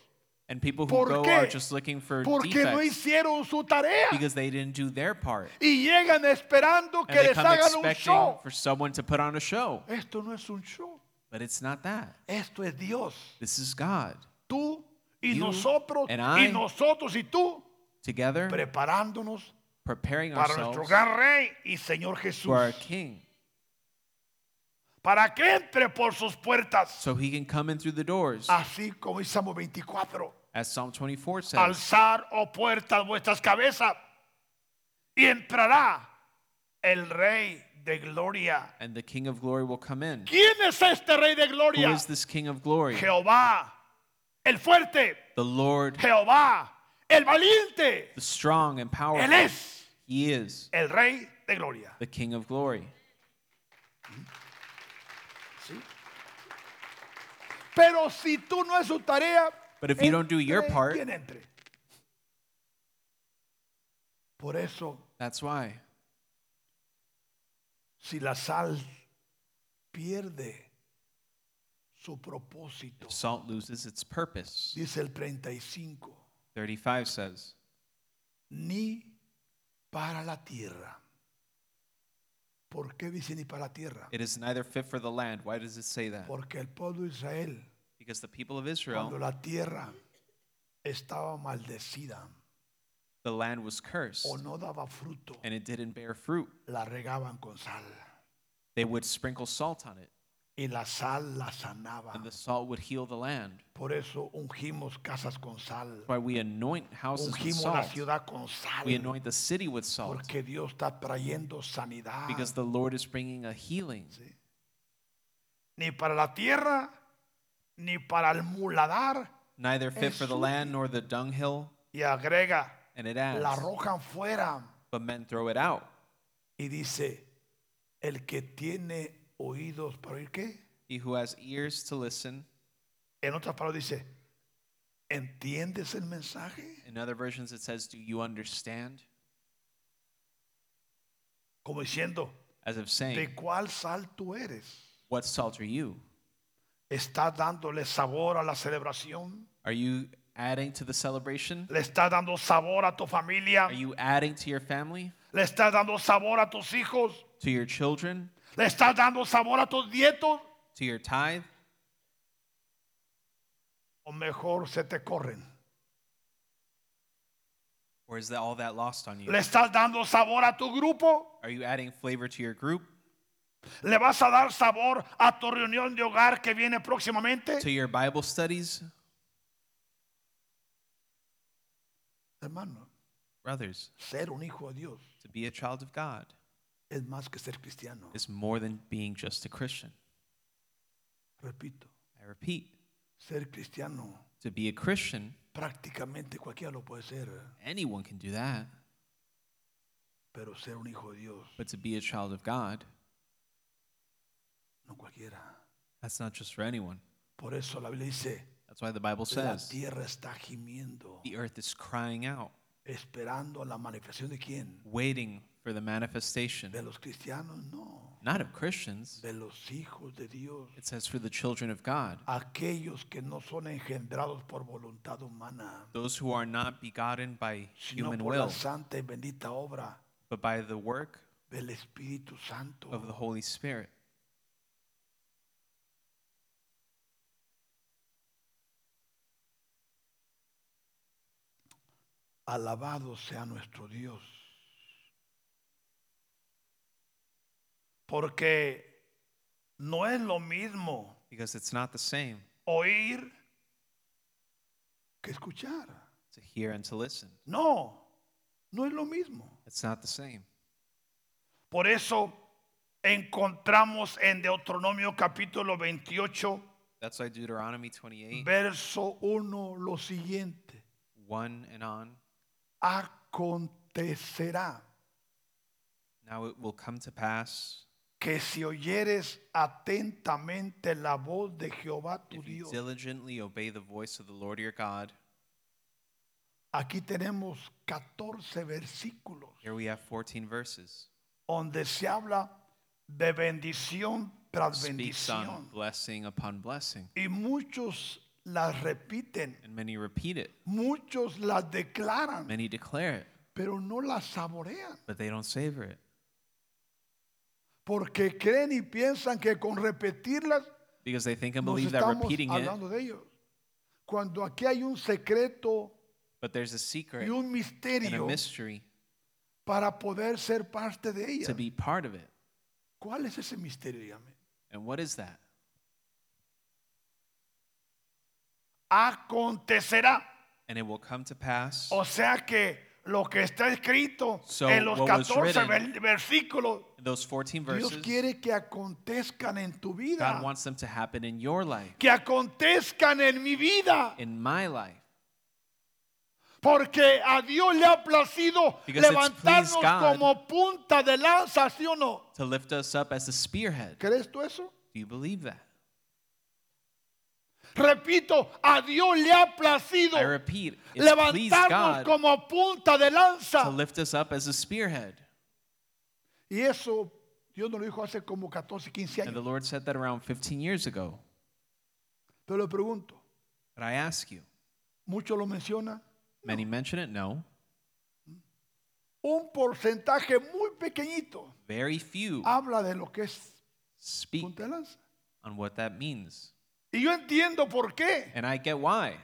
S2: And people who
S1: ¿Por
S2: go
S1: qué?
S2: are just looking for
S1: porque no
S2: defects
S1: hicieron su tarea
S2: because they didn't do their part.
S1: y llegan esperando
S2: And
S1: que
S2: they
S1: les
S2: come
S1: hagan un
S2: expecting
S1: show.
S2: for someone to put on a show.
S1: Esto no es un show,
S2: But it's not that.
S1: esto es Dios.
S2: This is God.
S1: Tú y
S2: You
S1: nosotros
S2: and
S1: y
S2: I.
S1: nosotros y tú
S2: Together,
S1: preparándonos
S2: preparing
S1: para nuestro
S2: ourselves
S1: gran rey y Señor Jesús,
S2: for our King
S1: para que entre por sus puertas,
S2: so he can come in through the doors.
S1: así como Isaías 24.
S2: As Psalm 24 says,
S1: alzar o puertas vuestras cabezas y entrará el rey de gloria.
S2: and the King of glory will come in.
S1: ¿Quién es este rey de
S2: Who
S1: gloria?
S2: is this King of glory?
S1: Jehová, el fuerte,
S2: The Lord,
S1: Jehová, el valiente.
S2: the strong and
S1: Él
S2: powerful.
S1: es
S2: He is
S1: el rey de gloria.
S2: the King of glory.
S1: ¿sí? Pero si tú no es su tarea,
S2: But if you don't do your
S1: entre
S2: part-
S1: quien entre. Por eso
S2: That's why
S1: si la sal pierde su propósito.
S2: salt loses its purpose.
S1: Dice el 35,
S2: 35 says,
S1: ni para la tierra. ¿Por qué dice ni para la tierra?
S2: It is neither fit for the land. Why does it say that?
S1: Porque el pueblo de Israel,
S2: Because the people of
S1: cuando
S2: Israel,
S1: la tierra estaba maldecida
S2: the land was cursed
S1: o no daba fruto,
S2: and it didn't bear fruit.
S1: la regaban con sal
S2: They would sprinkle salt on it,
S1: y la sal la sanaba.
S2: and the salt would heal the land.
S1: Por eso ungimos casas con sal,
S2: That's why we anoint houses with
S1: ungimos la
S2: salt.
S1: ciudad con sal.
S2: We anoint the city with salt
S1: Porque Dios está trayendo sanidad.
S2: because the Lord is bringing a healing.
S1: Sí. Ni para la tierra, ni para el muladar.
S2: Neither fit for the
S1: Jesús.
S2: land nor the dunghill.
S1: Y agrega,
S2: And it
S1: la
S2: adds,
S1: arrojan fuera.
S2: but men throw it out.
S1: Y dice, el que tiene oídos para oír qué.
S2: He who has ears to listen.
S1: En otras palabras dice, ¿entiendes el mensaje?
S2: In other versions, it says, Do you understand?
S1: Como diciendo,
S2: As if saying,
S1: ¿de cuál sal tú eres?
S2: What salt are you?
S1: ¿Estás dándole sabor a la celebración?
S2: Are you adding to the celebration?
S1: ¿Le estás dando sabor a tu familia?
S2: Are you adding to your family,
S1: ¿Le estás dando sabor a tus hijos?
S2: to your children,
S1: ¿Le estás dando sabor a tus nietos?
S2: to your tithe?
S1: o mejor se te corren.
S2: Or is that all that lost on you?
S1: ¿Le estás dando sabor a tu grupo?
S2: Are you adding flavor to your group,
S1: ¿Le vas a dar sabor a tu reunión de hogar que viene
S2: to
S1: próximamente?
S2: your Bible studies?
S1: Hermano,
S2: Brothers,
S1: ser un hijo de Dios
S2: to be a child of God
S1: es más que ser cristiano.
S2: is more than being just a Christian.
S1: Repito,
S2: I repeat,
S1: ser cristiano
S2: to be a Christian,
S1: prácticamente cualquiera lo puede ser,
S2: anyone can do that.
S1: pero ser un hijo de Dios
S2: But to be a child of God,
S1: no cualquiera.
S2: that's not just for anyone.
S1: Por eso la Biblia dice,
S2: That's why the Bible
S1: la
S2: says
S1: tierra está gimiendo,
S2: the earth is crying out,
S1: esperando la manifestación de quién?
S2: waiting for the manifestation,
S1: De los cristianos, no,
S2: not of Christians.
S1: de los hijos de Dios.
S2: It says for the children of God,
S1: aquellos que no son engendrados por voluntad humana,
S2: those who are not begotten by
S1: sino
S2: human
S1: por la
S2: will,
S1: santa y bendita obra
S2: but by the work
S1: del Espíritu Santo.
S2: of the Holy Spirit.
S1: Alabado sea nuestro Dios. Porque no es lo mismo
S2: Because it's not the same
S1: oír que escuchar.
S2: to hear and to listen.
S1: No, no es lo mismo.
S2: It's not the same.
S1: Por eso encontramos en Deuteronomio capítulo 28,
S2: That's why Deuteronomy 28,
S1: verso 1 lo siguiente,
S2: 1 and on,
S1: acontecerá
S2: now it will come to pass
S1: que si oyeres atentamente la voz de Jehová tu
S2: if you
S1: Dios.
S2: diligently obey the voice of the Lord your God.
S1: Aquí tenemos 14 versículos
S2: Here we have 14 verses.
S1: donde se habla de bendición tras
S2: Speaks on
S1: bendición
S2: blessing upon blessing.
S1: y muchos las repiten,
S2: and many repeat it.
S1: muchos las declaran,
S2: Many declare it,
S1: pero no las saborean,
S2: but they don't savor it
S1: porque creen y piensan que con repetirlas
S2: because they think and
S1: nos
S2: believe that
S1: estamos
S2: repeating it,
S1: hablando de ellos. Cuando aquí hay un secreto
S2: but there's a
S1: y
S2: secret
S1: un
S2: and a
S1: misterio
S2: mystery
S1: para poder ser parte de ella.
S2: to be part of it.
S1: ¿Cuál es ese misterio? dígame?
S2: And what is that?
S1: Acontecerá.
S2: And it will come to pass.
S1: O sea que lo que está escrito
S2: So,
S1: en los
S2: what was
S1: 14
S2: written-
S1: ver- versículos,
S2: Those 14
S1: Dios
S2: verses,
S1: quiere que acontezcan en tu vida,
S2: God wants them to happen in your life,
S1: que acontezcan en mi vida,
S2: in my life,
S1: porque a Dios le ha placido
S2: Because it's
S1: levantarnos
S2: pleased God.
S1: como punta de lanza, ¿sí o no?
S2: to lift us up as a spearhead.
S1: ¿Crees tú eso?
S2: Do you believe that?
S1: Repito, a Dios le ha placido
S2: I repeat, it's pleased
S1: levantarnos
S2: God
S1: como punta de
S2: to
S1: lanza.
S2: lift us up as a spearhead.
S1: Y eso Dios nos lo dijo hace como 14, 15
S2: And the
S1: años.
S2: Lord said that around 15 years ago.
S1: Pero le pregunto,
S2: But I ask you,
S1: muchos lo mencionan,
S2: many mention it? No.
S1: un porcentaje muy pequeñito
S2: Very few
S1: habla de lo que es
S2: speak
S1: punta de lanza.
S2: on what that means.
S1: Y yo entiendo por qué.
S2: And I get why,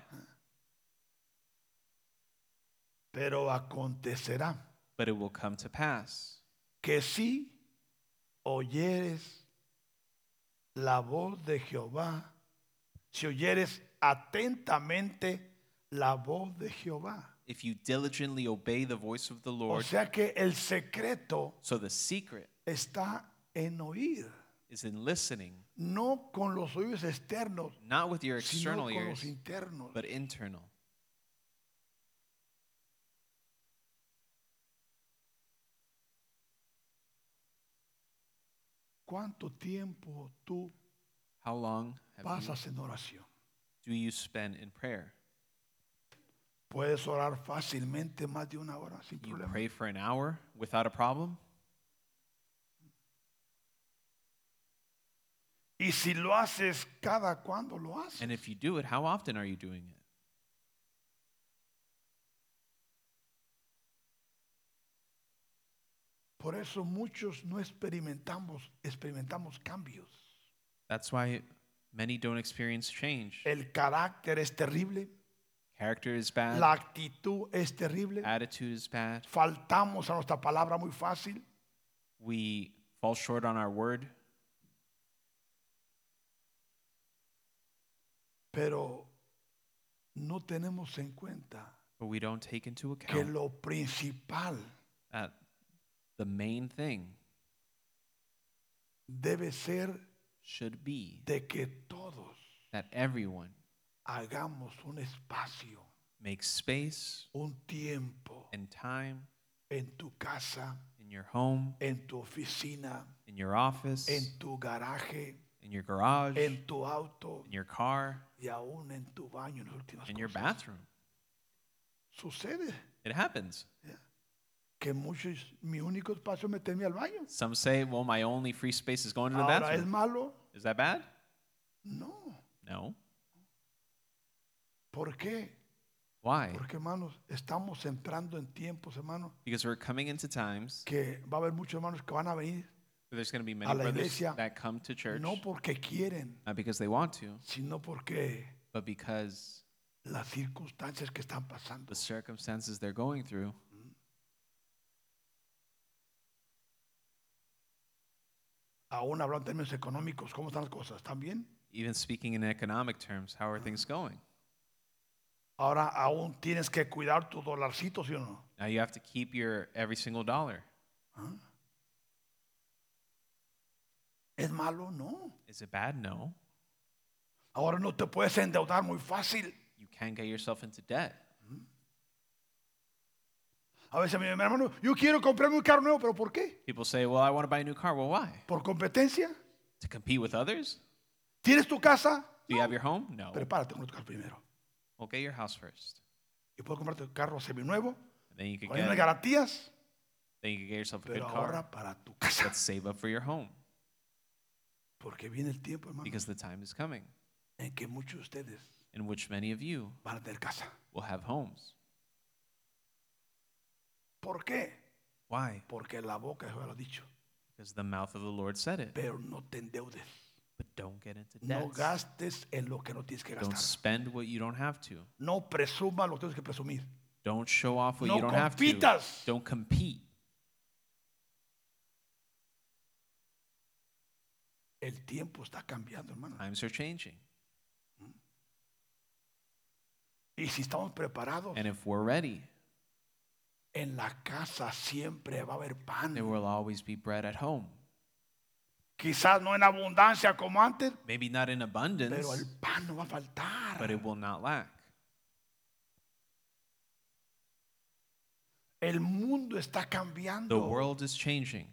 S1: Pero acontecerá
S2: but it will come to pass
S1: que si oyeres la voz de Jehová, si oyeres atentamente la voz de Jehová.
S2: if you diligently obey the voice of the
S1: O
S2: Lord.
S1: sea que el secreto
S2: So the secret
S1: está en oír,
S2: is in listening,
S1: no con los oídos externos,
S2: not with your
S1: sino
S2: external
S1: con
S2: ears,
S1: los internos.
S2: but internal.
S1: ¿Cuánto tiempo tú
S2: How long have you,
S1: pasas en oración?
S2: do you spend in prayer?
S1: Puedes orar fácilmente más de una hora sin
S2: You
S1: problema.
S2: pray for an hour without a problem?
S1: Y si lo haces cada cuando lo haces.
S2: And if you do it, how often are you doing it?
S1: Por eso muchos no experimentamos, experimentamos cambios.
S2: That's why many don't experience change.
S1: El carácter es terrible,
S2: Character is bad,
S1: la actitud es terrible.
S2: attitude is bad.
S1: Faltamos a nuestra palabra muy fácil.
S2: We fall short on our word,
S1: pero no tenemos en cuenta
S2: but we don't take into
S1: que
S2: account
S1: lo principal
S2: that the main thing
S1: debe ser
S2: should be
S1: de que todos
S2: that everyone
S1: hagamos un espacio,
S2: makes space
S1: un tiempo
S2: and time
S1: en tu casa,
S2: in your home,
S1: en tu oficina,
S2: in your office,
S1: en tu garaje,
S2: in your garage, in
S1: en tu auto
S2: your car,
S1: y aún en tu baño en las últimas
S2: in your
S1: cosas.
S2: bathroom.
S1: Sucede
S2: It happens.
S1: que muchos mi único espacio es meterme al baño.
S2: Some say, well, my only free space is going to the
S1: Ahora es
S2: bathroom.
S1: malo?
S2: Is that bad?
S1: No.
S2: No.
S1: ¿Por qué?
S2: Why?
S1: Porque hermanos, estamos entrando en tiempos, hermanos,
S2: Because we're coming into times
S1: que va a haber muchos hermanos que van a venir
S2: where there's going to be
S1: A
S2: many
S1: la
S2: brothers
S1: iglesia,
S2: that come to church,
S1: no porque quieren,
S2: not because they want to,
S1: sino porque
S2: but because
S1: las circunstancias que están pasando.
S2: the circumstances they're going through.
S1: Aún hablando en términos económicos, ¿cómo están las cosas? ¿Están bien?
S2: Even speaking in economic terms, how are things going?
S1: Ahora aún tienes que cuidar tus dolarcitos, ¿sí o no?
S2: Now you have to keep your every single dollar.
S1: ¿Es malo? No.
S2: Is it bad? No.
S1: Ahora no te puedes endeudar muy fácil.
S2: You can get yourself into debt.
S1: A veces mi hermano, yo quiero comprarme un carro nuevo, pero ¿por qué?
S2: People say, well, I want to buy a new car. Well, why?
S1: ¿Por competencia?
S2: To compete with others?
S1: ¿Tienes tu casa?
S2: Do you have your home? No.
S1: Prepárate con tu carro primero.
S2: Well, get your house first.
S1: Y puedes comprarte un carro seminuevo,
S2: And then you can
S1: con unas
S2: get,
S1: garantías,
S2: then you can get yourself a good
S1: pero
S2: car.
S1: ahorra para tu casa.
S2: Let's save up for your home
S1: Porque viene el tiempo, hermano,
S2: because the time is coming
S1: en que muchos de ustedes
S2: in which many of you
S1: van a tener casa.
S2: will have homes.
S1: ¿Por qué?
S2: Why?
S1: Porque la boca de Jehová lo ha dicho.
S2: Because the mouth of the Lord said it.
S1: Pero no te endeudes.
S2: But don't get into
S1: No
S2: debt.
S1: gastes en lo que no tienes que
S2: Don't
S1: gastar.
S2: spend what you don't have to.
S1: No presumas lo que tienes que presumir.
S2: Don't show off what
S1: No
S2: you don't have to.
S1: compitas.
S2: Don't compete.
S1: El tiempo está cambiando, hermano.
S2: Times are changing.
S1: Y si estamos preparados,
S2: And if we're ready,
S1: en la casa siempre va a haber
S2: there
S1: pan.
S2: will always be bread at home.
S1: Quizás no en abundancia como antes,
S2: Maybe not in abundance,
S1: pero el pan no va a
S2: but
S1: faltar.
S2: it will not lack.
S1: El mundo está
S2: The
S1: cambiando.
S2: world is changing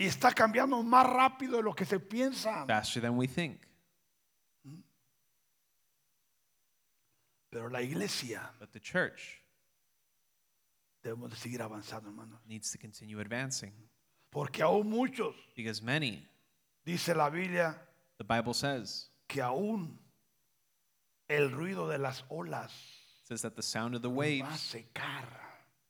S1: Y está cambiando más rápido de lo que se piensa.
S2: faster than we think.
S1: Pero la iglesia
S2: But the church
S1: debemos de seguir avanzando, hermano.
S2: needs to continue advancing
S1: Porque aún muchos,
S2: because many,
S1: dice la Biblia,
S2: the Bible says,
S1: que aún el ruido de las olas
S2: says that the sound of the
S1: va a
S2: waves
S1: secar.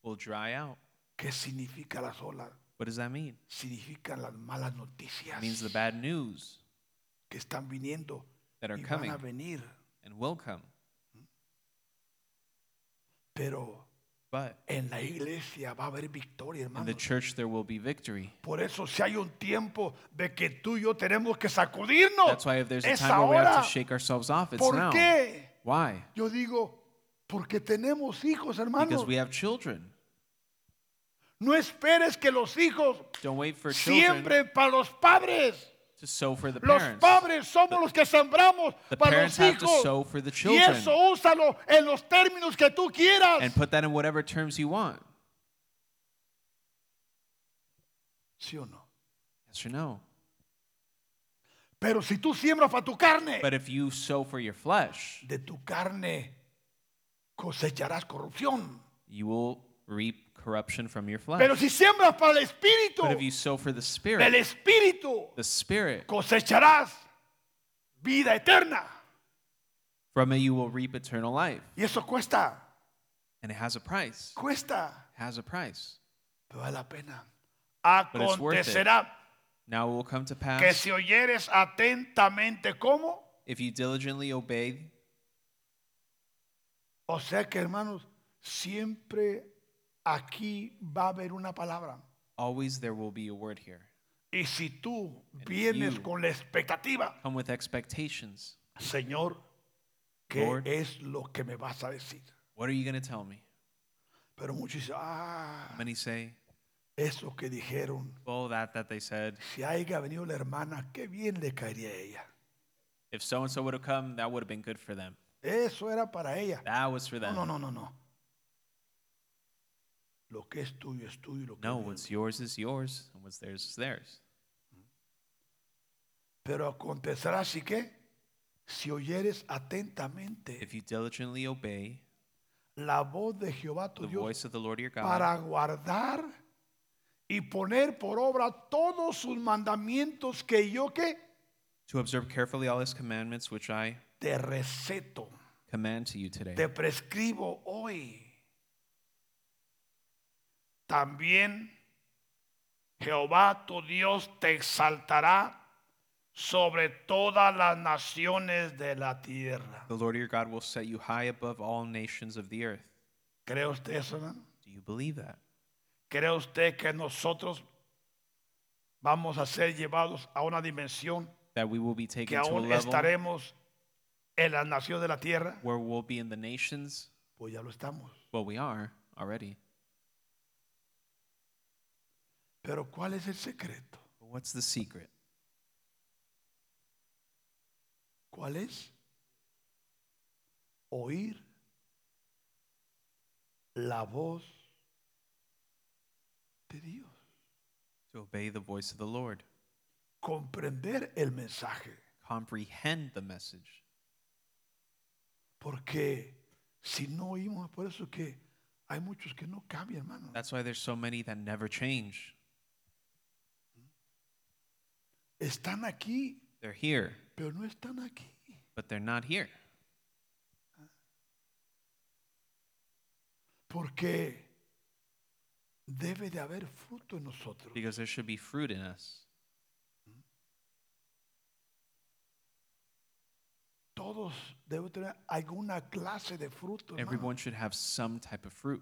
S2: will dry out.
S1: ¿Qué significa las olas?
S2: What does that mean?
S1: Significan las malas
S2: It
S1: noticias
S2: means the bad news
S1: que están viniendo
S2: that are
S1: y van
S2: coming
S1: a venir.
S2: and will come.
S1: Pero
S2: But
S1: en la iglesia va a haber victoria,
S2: in
S1: hermano.
S2: the church, there will be victory.
S1: Por eso si hay un tiempo de que tú y yo tenemos que sacudirnos,
S2: That's why if there's a
S1: es
S2: time where we have
S1: ahora.
S2: to shake ourselves off, it's
S1: ¿Por
S2: now.
S1: qué?
S2: Why?
S1: Yo digo, porque tenemos hijos, hermano.
S2: Because we have children.
S1: No esperes que los hijos
S2: Don't wait for children
S1: siempre para los padres.
S2: to sow for the
S1: Los
S2: parents.
S1: padres somos los que sembramos
S2: The
S1: para los
S2: parents have to sow
S1: hijos.
S2: for the
S1: Y
S2: children
S1: eso úsalo en los términos que tú quieras.
S2: and put that in whatever terms you want.
S1: ¿Sí o no?
S2: Yes or no?
S1: Pero si tú siembras para tu carne,
S2: But if you sow for your flesh,
S1: de tu carne cosecharás corrupción.
S2: you will reap corruption from your
S1: Pero
S2: flesh.
S1: si siembras para el espíritu,
S2: But if you sow for the
S1: del
S2: spirit,
S1: espíritu
S2: the spirit,
S1: cosecharás vida eterna.
S2: from it you will reap eternal life.
S1: Y eso cuesta,
S2: And it has a price. It
S1: cuesta,
S2: has a price.
S1: pero vale la pena.
S2: But it's worth it.
S1: Acontecerá
S2: Now it will come to
S1: que
S2: pass
S1: si oyeres atentamente cómo,
S2: if you diligently obey.
S1: o sea que hermanos, siempre aquí va a haber una palabra.
S2: Always there will be a word here.
S1: Y si tú vienes
S2: you-
S1: con la expectativa,
S2: Come with expectations.
S1: Señor, ¿qué
S2: Lord.
S1: es lo que me vas a decir?
S2: What are you going to tell me?
S1: Pero muchos dicen, ah,
S2: Many say,
S1: eso que dijeron,
S2: well, that that they said.
S1: si haya venido la hermana, qué bien le caería a ella.
S2: If so and so would have come, that would have been good for them.
S1: Eso era para ella.
S2: That was for
S1: No,
S2: them.
S1: no, no, no, no. Lo que es tuyo es tuyo y lo que
S2: No,
S1: es mío.
S2: what's yours is yours, and what's theirs is theirs.
S1: Pero acontecerá así que si oyeres atentamente
S2: If you diligently obey
S1: la voz de Jehová tu
S2: the
S1: Dios
S2: voice of the Lord your God
S1: para guardar y poner por obra todos sus mandamientos que yo que
S2: to observe carefully all his commandments, which I
S1: te receto,
S2: command to you today,
S1: te prescribo hoy. También Jehová tu Dios te exaltará sobre todas las naciones de la tierra.
S2: the Lord your God will set you high above all nations of the earth.
S1: ¿Cree usted eso, hermano?
S2: Do you believe that?
S1: ¿Cree usted que nosotros vamos a ser llevados a una dimensión
S2: That we will be
S1: que
S2: taken to a
S1: aún
S2: level
S1: estaremos en las naciones de la tierra?
S2: where we'll be in the nations.
S1: Pues ya lo estamos.
S2: Well, we are already.
S1: Pero ¿cuál es el secreto?
S2: But what's the secret?
S1: ¿Cuál es? Oír la voz de Dios.
S2: To obey the voice of the Lord,
S1: Comprender el mensaje.
S2: comprehend the message.
S1: Porque si no oímos, por eso que hay muchos que no cambian, hermano.
S2: That's why there's so many that never change.
S1: Están aquí,
S2: They're here,
S1: pero no están aquí.
S2: but they're not here.
S1: Porque debe de haber fruto en nosotros.
S2: because there should be fruit in us.
S1: Todos deben tener alguna clase de fruto. hermano.
S2: Everyone should have some type of fruit.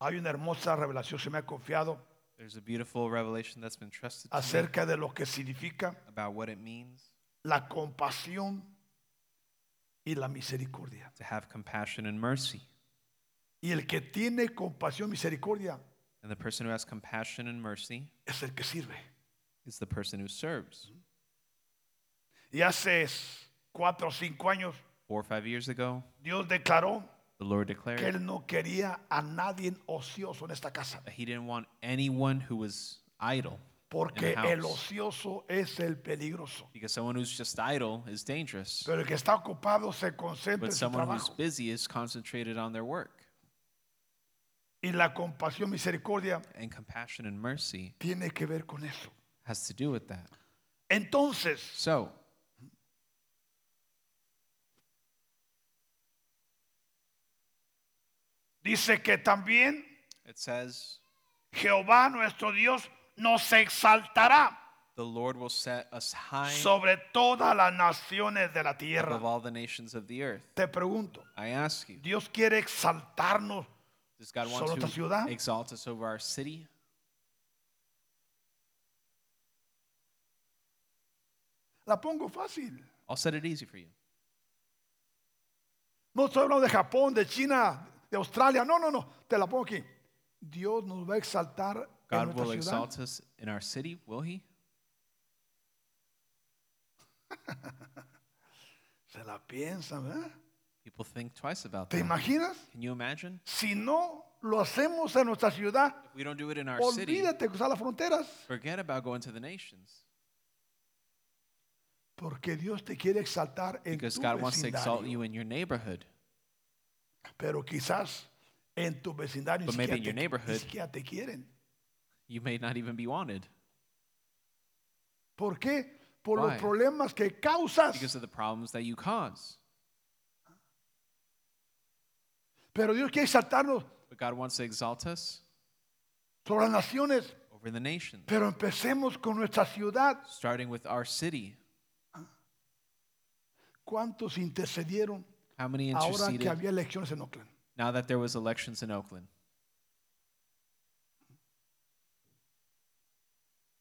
S1: Hay una hermosa revelación, se me ha confiado,
S2: There's a beautiful revelation that's been trusted to me
S1: acerca de lo que significa
S2: about what it means
S1: la compasión y la misericordia.
S2: to have compassion and mercy.
S1: Y el que tiene compasión, misericordia,
S2: And the person who has compassion and mercy
S1: es el que sirve.
S2: is the person who serves.
S1: Y hace cuatro o cinco años,
S2: Four or five years ago,
S1: Dios declaró
S2: the Lord
S1: que
S2: declared
S1: Él no quería a nadie ocioso en esta casa,
S2: that He didn't want anyone who was idle,
S1: porque
S2: In the house.
S1: el ocioso es el peligroso.
S2: because someone who's just idle is dangerous.
S1: Pero el que está ocupado se concentra
S2: But
S1: en su
S2: someone who's
S1: trabajo.
S2: busy is concentrated on their work.
S1: Y la compasión, misericordia,
S2: And compassion and mercy
S1: tiene que ver con eso.
S2: has to do with that.
S1: Entonces,
S2: So,
S1: dice que también
S2: it says,
S1: Jehová nuestro Dios nos exaltará
S2: The Lord will set us high
S1: sobre todas las naciones de la tierra.
S2: above all the nations of the earth.
S1: Te pregunto,
S2: I ask you,
S1: ¿Dios quiere exaltarnos
S2: does God
S1: Sobre
S2: want
S1: esta ciudad?
S2: to exalt us over our city?
S1: La pongo fácil.
S2: I'll set it easy for you.
S1: No estoy hablando de Japón, de China, de Australia. No, no, no. Te la pongo aquí. Dios nos va a exaltar en
S2: God
S1: nuestra
S2: will
S1: ciudad.
S2: exalt us in our city, will He?
S1: Se la piensan, ¿verdad?
S2: People think twice about
S1: ¿Te
S2: that.
S1: imaginas?
S2: Can you imagine?
S1: Si no lo hacemos en nuestra ciudad,
S2: If we don't do it in our city,
S1: olvídate de cruzar las fronteras.
S2: forget about going to the nations.
S1: Porque Dios te quiere exaltar en
S2: Because
S1: tu
S2: God wants to exalt
S1: vecindario.
S2: you in your neighborhood.
S1: Pero quizás en tu vecindario ni
S2: But maybe
S1: siquiera
S2: in
S1: te-
S2: your
S1: ni
S2: neighborhood.
S1: siquiera te quieren.
S2: You may not even be wanted
S1: ¿Por qué? Por los
S2: Why?
S1: problemas que causas.
S2: because of the problems that you cause.
S1: Pero Dios quiere exaltarnos
S2: But God wants to exalt us
S1: sobre las naciones.
S2: over the nations,
S1: Pero empecemos con nuestra ciudad.
S2: starting with our city.
S1: ¿Cuántos intercedieron
S2: How many
S1: ahora que
S2: interceded
S1: había elecciones en Oakland?
S2: now that there was elections in Oakland?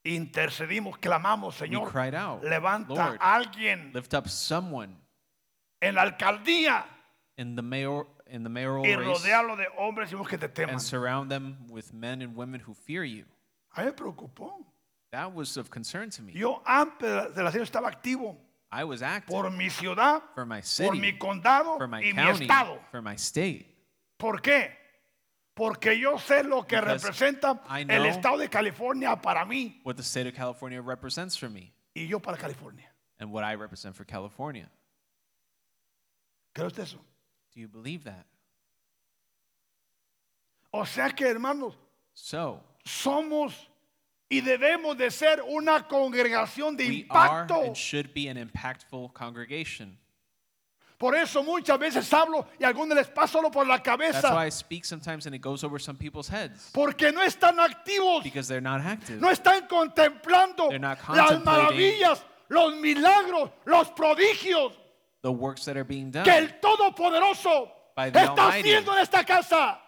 S1: Intercedimos, clamamos,
S2: We
S1: Señor.
S2: cried out,
S1: Levanta
S2: Lord,
S1: a alguien
S2: lift up someone
S1: en la alcaldía
S2: in the mayor in the mayoral
S1: y
S2: race
S1: rodealo de hombres y mujeres que te teman.
S2: and surround them with men and women who fear you.
S1: A mí me preocupó.
S2: That was of concern to me.
S1: Yo antes de la elección estaba activo
S2: I was active
S1: por mi ciudad,
S2: for my
S1: por mi
S2: city,
S1: condado
S2: for my
S1: y mi
S2: county,
S1: estado.
S2: for my state.
S1: ¿Por qué? Porque yo sé lo que
S2: Because
S1: representa
S2: I
S1: el
S2: know-
S1: estado de California para mí
S2: What the state of California represents for me
S1: y yo para California.
S2: and what I represent for California.
S1: ¿Cree usted eso?
S2: Do you believe that?
S1: O sea que, hermanos,
S2: So,
S1: somos y debemos de ser una congregación de
S2: we are
S1: impacto.
S2: and should be an impactful congregation.
S1: Por eso muchas veces hablo y a algunos les paso solo por la
S2: That's why
S1: cabeza.
S2: I speak sometimes and it goes over some people's heads
S1: Porque no están activos,
S2: because they're not active.
S1: no están contemplando
S2: They're not
S1: las
S2: contemplating.
S1: maravillas, los milagros, los prodigios
S2: The works that are being
S1: que
S2: done
S1: el Todopoderoso
S2: By the
S1: está
S2: Almighty.
S1: haciendo en esta casa.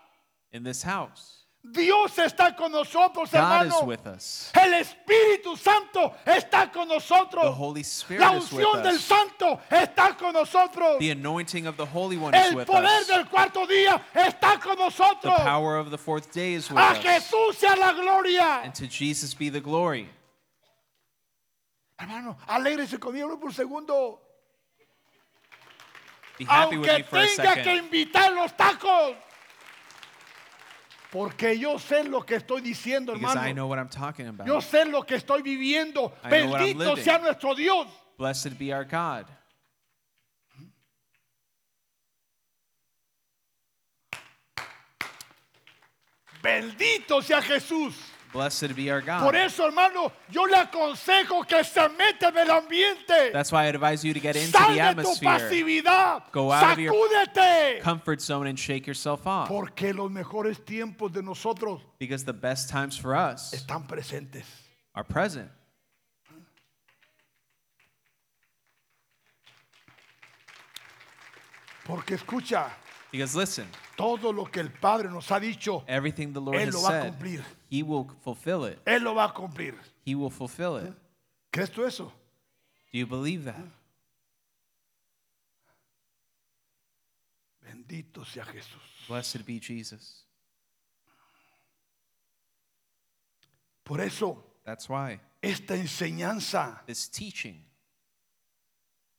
S2: in this house.
S1: Dios está con nosotros,
S2: God is
S1: hermano.
S2: with us.
S1: El Espíritu Santo está con
S2: The
S1: nosotros.
S2: Holy Spirit
S1: La
S2: is with
S1: unción del
S2: us.
S1: Santo está con nosotros.
S2: The anointing of the Holy One is
S1: El
S2: with
S1: poder
S2: us.
S1: del cuarto día está con
S2: The
S1: nosotros.
S2: power of the fourth day is with
S1: A
S2: us.
S1: Jesús sea la gloria.
S2: And to Jesus be the glory.
S1: Hermano, alégrese conmigo por un segundo.
S2: Be happy with me
S1: Aunque
S2: for a
S1: tenga que
S2: second.
S1: invitar los tacos. Porque yo sé lo que estoy diciendo,
S2: Because I
S1: hermano.
S2: know what I'm talking
S1: Yo
S2: about.
S1: sé lo que estoy viviendo.
S2: I know what I'm
S1: Bendito
S2: living.
S1: sea nuestro Dios.
S2: Blessed be our God.
S1: Bendito sea Jesús.
S2: Blessed be our
S1: Por
S2: God.
S1: eso, hermano, yo le aconsejo que se meta en el ambiente.
S2: That's why I advise you to get into
S1: Sal
S2: the
S1: de tu
S2: atmosphere,
S1: pasividad.
S2: Go out of your-
S1: Sacúdete.
S2: comfort zone, and shake yourself off.
S1: Porque los mejores tiempos de nosotros
S2: Because the best times for us
S1: están presentes.
S2: are present.
S1: Porque escucha,
S2: Because listen,
S1: todo lo que el Padre nos ha dicho,
S2: everything the Lord
S1: Él
S2: has
S1: lo va a
S2: said,
S1: cumplir.
S2: He will fulfill it.
S1: Él lo va a cumplir.
S2: He will fulfill it.
S1: ¿Crees tú eso?
S2: Do you believe that?
S1: Bendito sea Jesús.
S2: Blessed be Jesus.
S1: Por eso,
S2: That's why
S1: esta enseñanza
S2: this teaching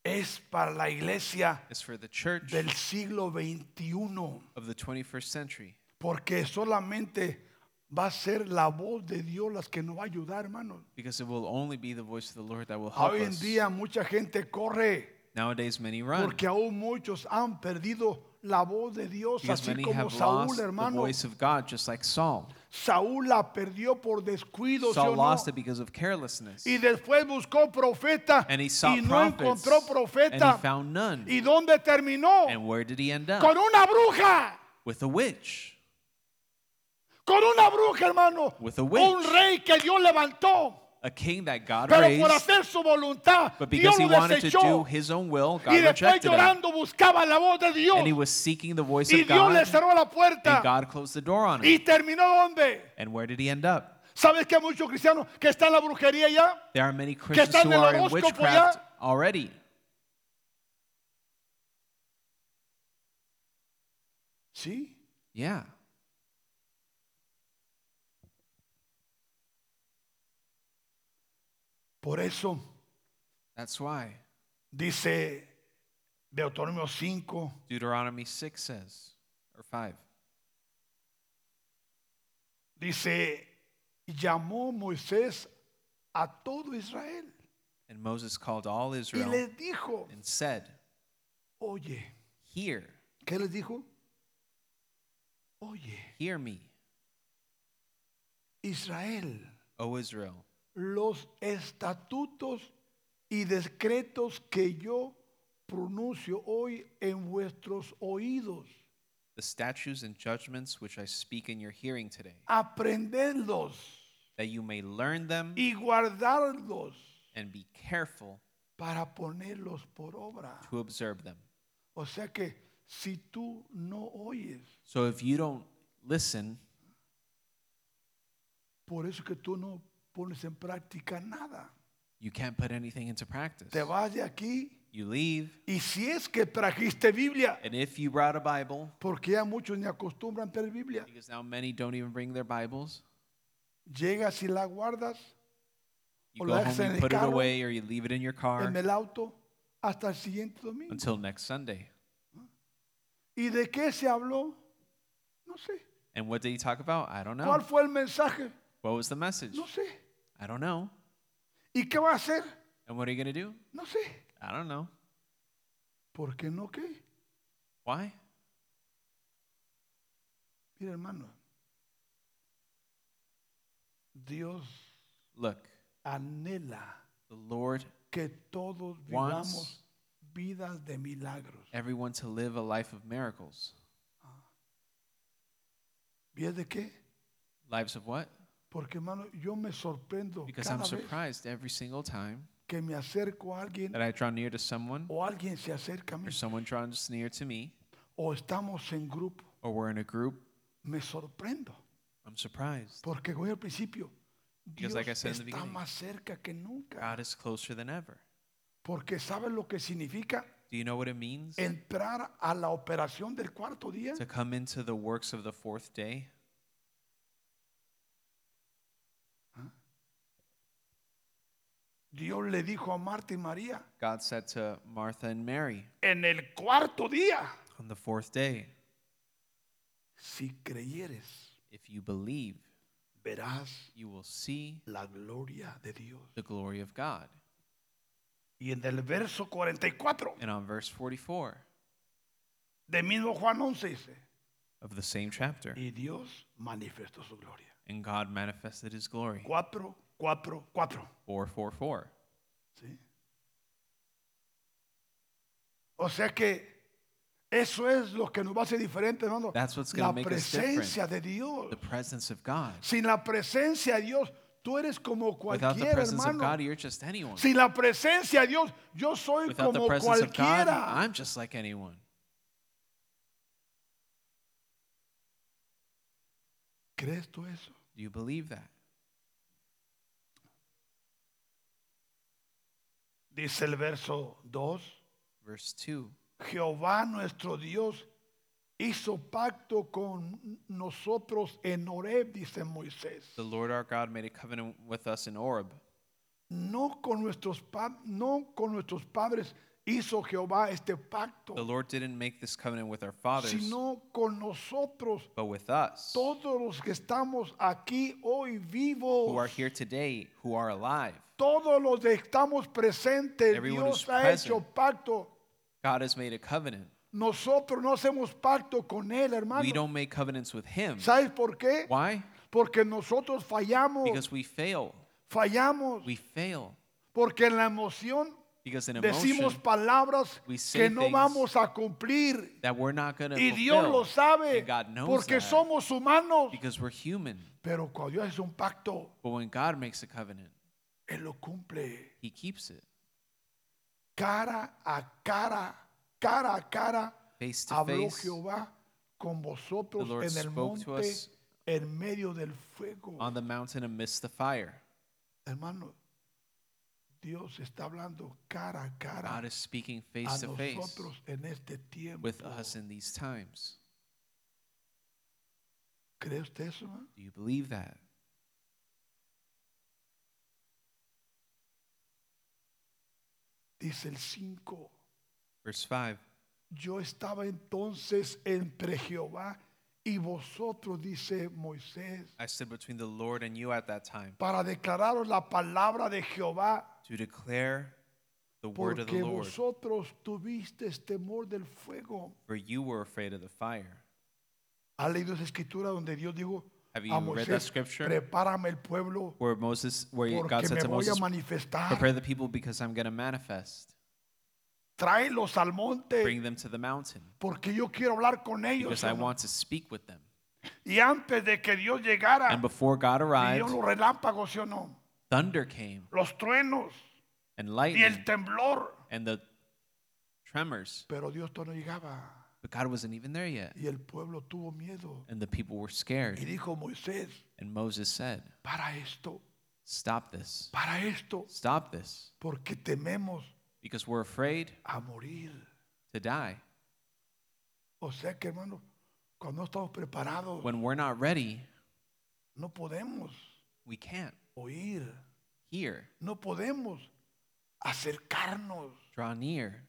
S1: es para la iglesia
S2: is for the church
S1: del siglo XXI.
S2: of the 21st century.
S1: Porque solamente va a ser la voz de Dios las que nos va a ayudar, hermano.
S2: Because it will only be the voice of the Lord that will help
S1: Hoy en
S2: us.
S1: día mucha gente corre
S2: Nowadays, many run
S1: porque aún muchos han perdido la voz de Dios,
S2: because
S1: así
S2: many
S1: como
S2: have
S1: Saúl,
S2: lost the
S1: hermano.
S2: voice of God, just like Saul.
S1: Saúl la perdió por descuido, ¿sí
S2: Saul
S1: o no?
S2: lost it because of carelessness,
S1: Y después buscó profeta
S2: and he sought
S1: y no
S2: prophets,
S1: encontró
S2: and he
S1: profeta.
S2: found none.
S1: ¿Y dónde terminó?
S2: And where did he end up?
S1: Con una bruja.
S2: With a witch.
S1: Con una bruja, hermano.
S2: With a
S1: Un
S2: witch.
S1: rey que Dios levantó.
S2: A king that God
S1: Pero por
S2: raised,
S1: hacer su voluntad,
S2: but
S1: Dios
S2: because he
S1: lo
S2: wanted to do
S1: desechó.
S2: his own will,
S1: Y
S2: God
S1: después
S2: rejected him.
S1: llorando buscaba la voz de Dios.
S2: And he was seeking the voice
S1: Y
S2: of
S1: Dios le
S2: God,
S1: cerró la
S2: and
S1: puerta.
S2: God closed the door on
S1: Y
S2: him.
S1: terminó donde.
S2: And where did he end up?
S1: ¿Sabes que hay muchos cristianos que están en la brujería ya?
S2: There are many Christians
S1: están
S2: who
S1: en el
S2: are in
S1: horóscopo
S2: witchcraft
S1: ya.
S2: already.
S1: Sí.
S2: Yeah.
S1: Por eso
S2: That's why
S1: dice Deuteronomio 5,
S2: Deuteronomy 6 says, or 5.
S1: dice, "Y llamó Moisés a todo Israel
S2: And Moses called all
S1: y
S2: Israel
S1: les dijo,
S2: and said,
S1: oye,
S2: Hear,
S1: ¿qué les dijo? Oye,
S2: hear me,
S1: Israel,
S2: O Israel,
S1: los estatutos y decretos que yo pronuncio hoy en vuestros oídos,
S2: the statutes and judgments which I speak in your hearing today,
S1: aprendedlos
S2: that you may learn them
S1: y guardarlos
S2: and be careful
S1: para ponerlos por obra.
S2: to observe them.
S1: O sea que si tú no oyes,
S2: So if you don't listen,
S1: por eso que tú no pones en práctica nada.
S2: you can't put anything into practice.
S1: Te vas de aquí
S2: You leave,
S1: y si es que trajiste Biblia,
S2: and if you brought a Bible,
S1: porque ya muchos ni acostumbran tener Biblia,
S2: because now many don't even bring their Bibles,
S1: llegas y la guardas
S2: you
S1: O
S2: go
S1: la
S2: home,
S1: dejas en
S2: you
S1: el
S2: put it
S1: carro,
S2: away, or you leave it in your car
S1: en el auto hasta el siguiente domingo.
S2: until next Sunday.
S1: ¿Y de qué se habló? No sé.
S2: And what did he talk about? I don't know.
S1: ¿Cuál fue el mensaje?
S2: What was the message?
S1: No sé.
S2: I don't know.
S1: ¿Y qué va a hacer?
S2: And what are you going to do?
S1: No sé.
S2: I don't know.
S1: ¿Por qué no qué?
S2: Why?
S1: Mira, hermano. Dios
S2: Look,
S1: anhela
S2: the Lord
S1: que todos
S2: wants
S1: vivamos vidas de milagros.
S2: everyone to live a life of miracles.
S1: ¿Vías de qué?
S2: Lives of what?
S1: Porque hermano, yo me sorprendo
S2: Because
S1: cada
S2: I'm
S1: vez
S2: surprised every single time
S1: que me acerco a alguien
S2: that I draw near to someone,
S1: o alguien se acerca a mí
S2: or someone draws near to me,
S1: o estamos en grupo.
S2: or we're in a group.
S1: Me sorprendo.
S2: I'm surprised.
S1: Porque voy al principio. Dios
S2: Because like I said in the
S1: está
S2: beginning,
S1: más cerca que nunca.
S2: God is closer than ever.
S1: Porque ¿sabes lo que significa
S2: Do you know what it means
S1: entrar a la operación del cuarto día?
S2: to come into the works of the fourth day?
S1: Dios le dijo a Marta y María,
S2: God said to Martha and Mary
S1: en el cuarto día,
S2: on the fourth day,
S1: si creyeres.
S2: if you believe,
S1: verás
S2: you will see
S1: la gloria de Dios.
S2: the glory of God.
S1: Y en el verso 44
S2: And on verse 44
S1: de mismo Juan 11 dice,
S2: of the same chapter,
S1: y Dios manifestó su gloria.
S2: and God manifested his glory.
S1: 4, 4, 4.
S2: 444.
S1: ¿sí? O sea que eso es lo que nos va a hacer diferente, hermano.
S2: That's what's gonna
S1: La
S2: make us different.
S1: presencia de Dios.
S2: The presence of God.
S1: Sin la presencia de Dios, tú eres como
S2: Without the
S1: cualquier
S2: presence of
S1: hermano.
S2: God, you're just anyone.
S1: Sin la presencia de Dios, yo soy
S2: Without the
S1: como
S2: presence of God,
S1: cualquiera.
S2: I'm just like anyone.
S1: ¿Crees tú eso?
S2: Do you believe that?
S1: Dice el verso 2.
S2: Verse 2
S1: Jehová nuestro Dios hizo pacto con nosotros en Horeb, dice Moisés.
S2: The Lord our God made a covenant with us in Oreb,
S1: No con nuestros, pa- no con nuestros padres hizo Jehová este pacto,
S2: The Lord didn't make this covenant with our fathers,
S1: sino con nosotros,
S2: but with us,
S1: todos los que estamos aquí hoy
S2: who are
S1: vivos,
S2: here today, who are alive.
S1: todos los que estamos presentes.
S2: Everyone
S1: Dios
S2: who's
S1: ha hecho
S2: present.
S1: pacto.
S2: God has made a covenant.
S1: Nosotros no hacemos pacto con Él,
S2: We
S1: hermano.
S2: don't make covenants with Him.
S1: ¿Sabes por qué?
S2: Why?
S1: Porque nosotros fallamos,
S2: Because we fail.
S1: fallamos.
S2: We fail.
S1: Porque en la emoción
S2: Because in emotion,
S1: decimos palabras
S2: we say
S1: que no
S2: things
S1: vamos a cumplir.
S2: that we're not going to
S1: Y Dios lo sabe
S2: And God knows
S1: porque
S2: that.
S1: somos humanos.
S2: because we're human.
S1: Pero cuando Dios hace un pacto,
S2: But when God makes a covenant,
S1: Él lo cumple
S2: He keeps it
S1: cara a cara, cara a cara.
S2: face to
S1: Habló
S2: face
S1: Jehová con vosotros
S2: The Lord
S1: en el
S2: spoke to
S1: monte,
S2: us
S1: en medio del fuego.
S2: on the mountain amidst the fire.
S1: Hermano, Dios está hablando cara a cara
S2: God is speaking
S1: Ah, a
S2: face to face
S1: nosotros en este tiempo.
S2: with us in these times.
S1: ¿Cree usted eso, hermano?
S2: Do you believe that?
S1: Dice el 5.
S2: Verse 5
S1: Yo estaba entonces entre Jehová y vosotros, dice Moisés,
S2: I stood between the Lord and you at that time
S1: para declararos la palabra de Jehová,
S2: to declare the word of the
S1: porque
S2: Lord,
S1: vosotros tuvisteis temor del fuego.
S2: for you were afraid of the fire.
S1: ¿Ha leído esa escritura donde Dios dijo
S2: Have
S1: a
S2: you read
S1: Moisés,
S2: that scripture?
S1: prepárame el pueblo
S2: Where Moses, where God
S1: porque
S2: said
S1: me
S2: to
S1: voy a
S2: Moses,
S1: manifestar?
S2: prepare the people because I'm going to manifest.
S1: Tráelos al monte
S2: Bring them to the mountain
S1: porque yo quiero hablar con ellos.
S2: because I
S1: hermano".
S2: want to speak with them.
S1: Y antes de que Dios llegara,
S2: And before God arrived,
S1: Dios los relámpagos, ¿sí o no?
S2: thunder came
S1: Los truenos.
S2: and
S1: y el
S2: lightning
S1: temblor.
S2: and the tremors,
S1: Pero Dios todavía no llegaba
S2: but God wasn't even there yet.
S1: y el pueblo tuvo miedo.
S2: And the people were
S1: Y
S2: scared.
S1: dijo Moisés,
S2: And Moses said,
S1: para esto,
S2: Stop this.
S1: para esto,
S2: Stop this.
S1: porque tememos
S2: Because we're afraid
S1: a morir.
S2: to die.
S1: O sea que hermano, cuando no estamos preparados,
S2: When we're not ready,
S1: no podemos
S2: we can't
S1: oír,
S2: hear,
S1: no podemos acercarnos,
S2: draw near,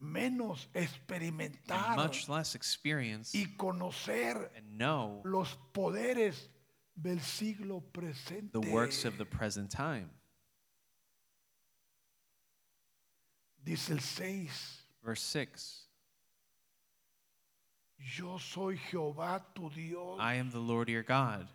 S1: menos
S2: and
S1: experimentar
S2: much less experience
S1: y conocer
S2: and know
S1: los poderes del siglo presente.
S2: the works of the present time.
S1: Dice el 6.
S2: Verse 6
S1: Yo soy Jehová tu Dios.
S2: I am the Lord your God.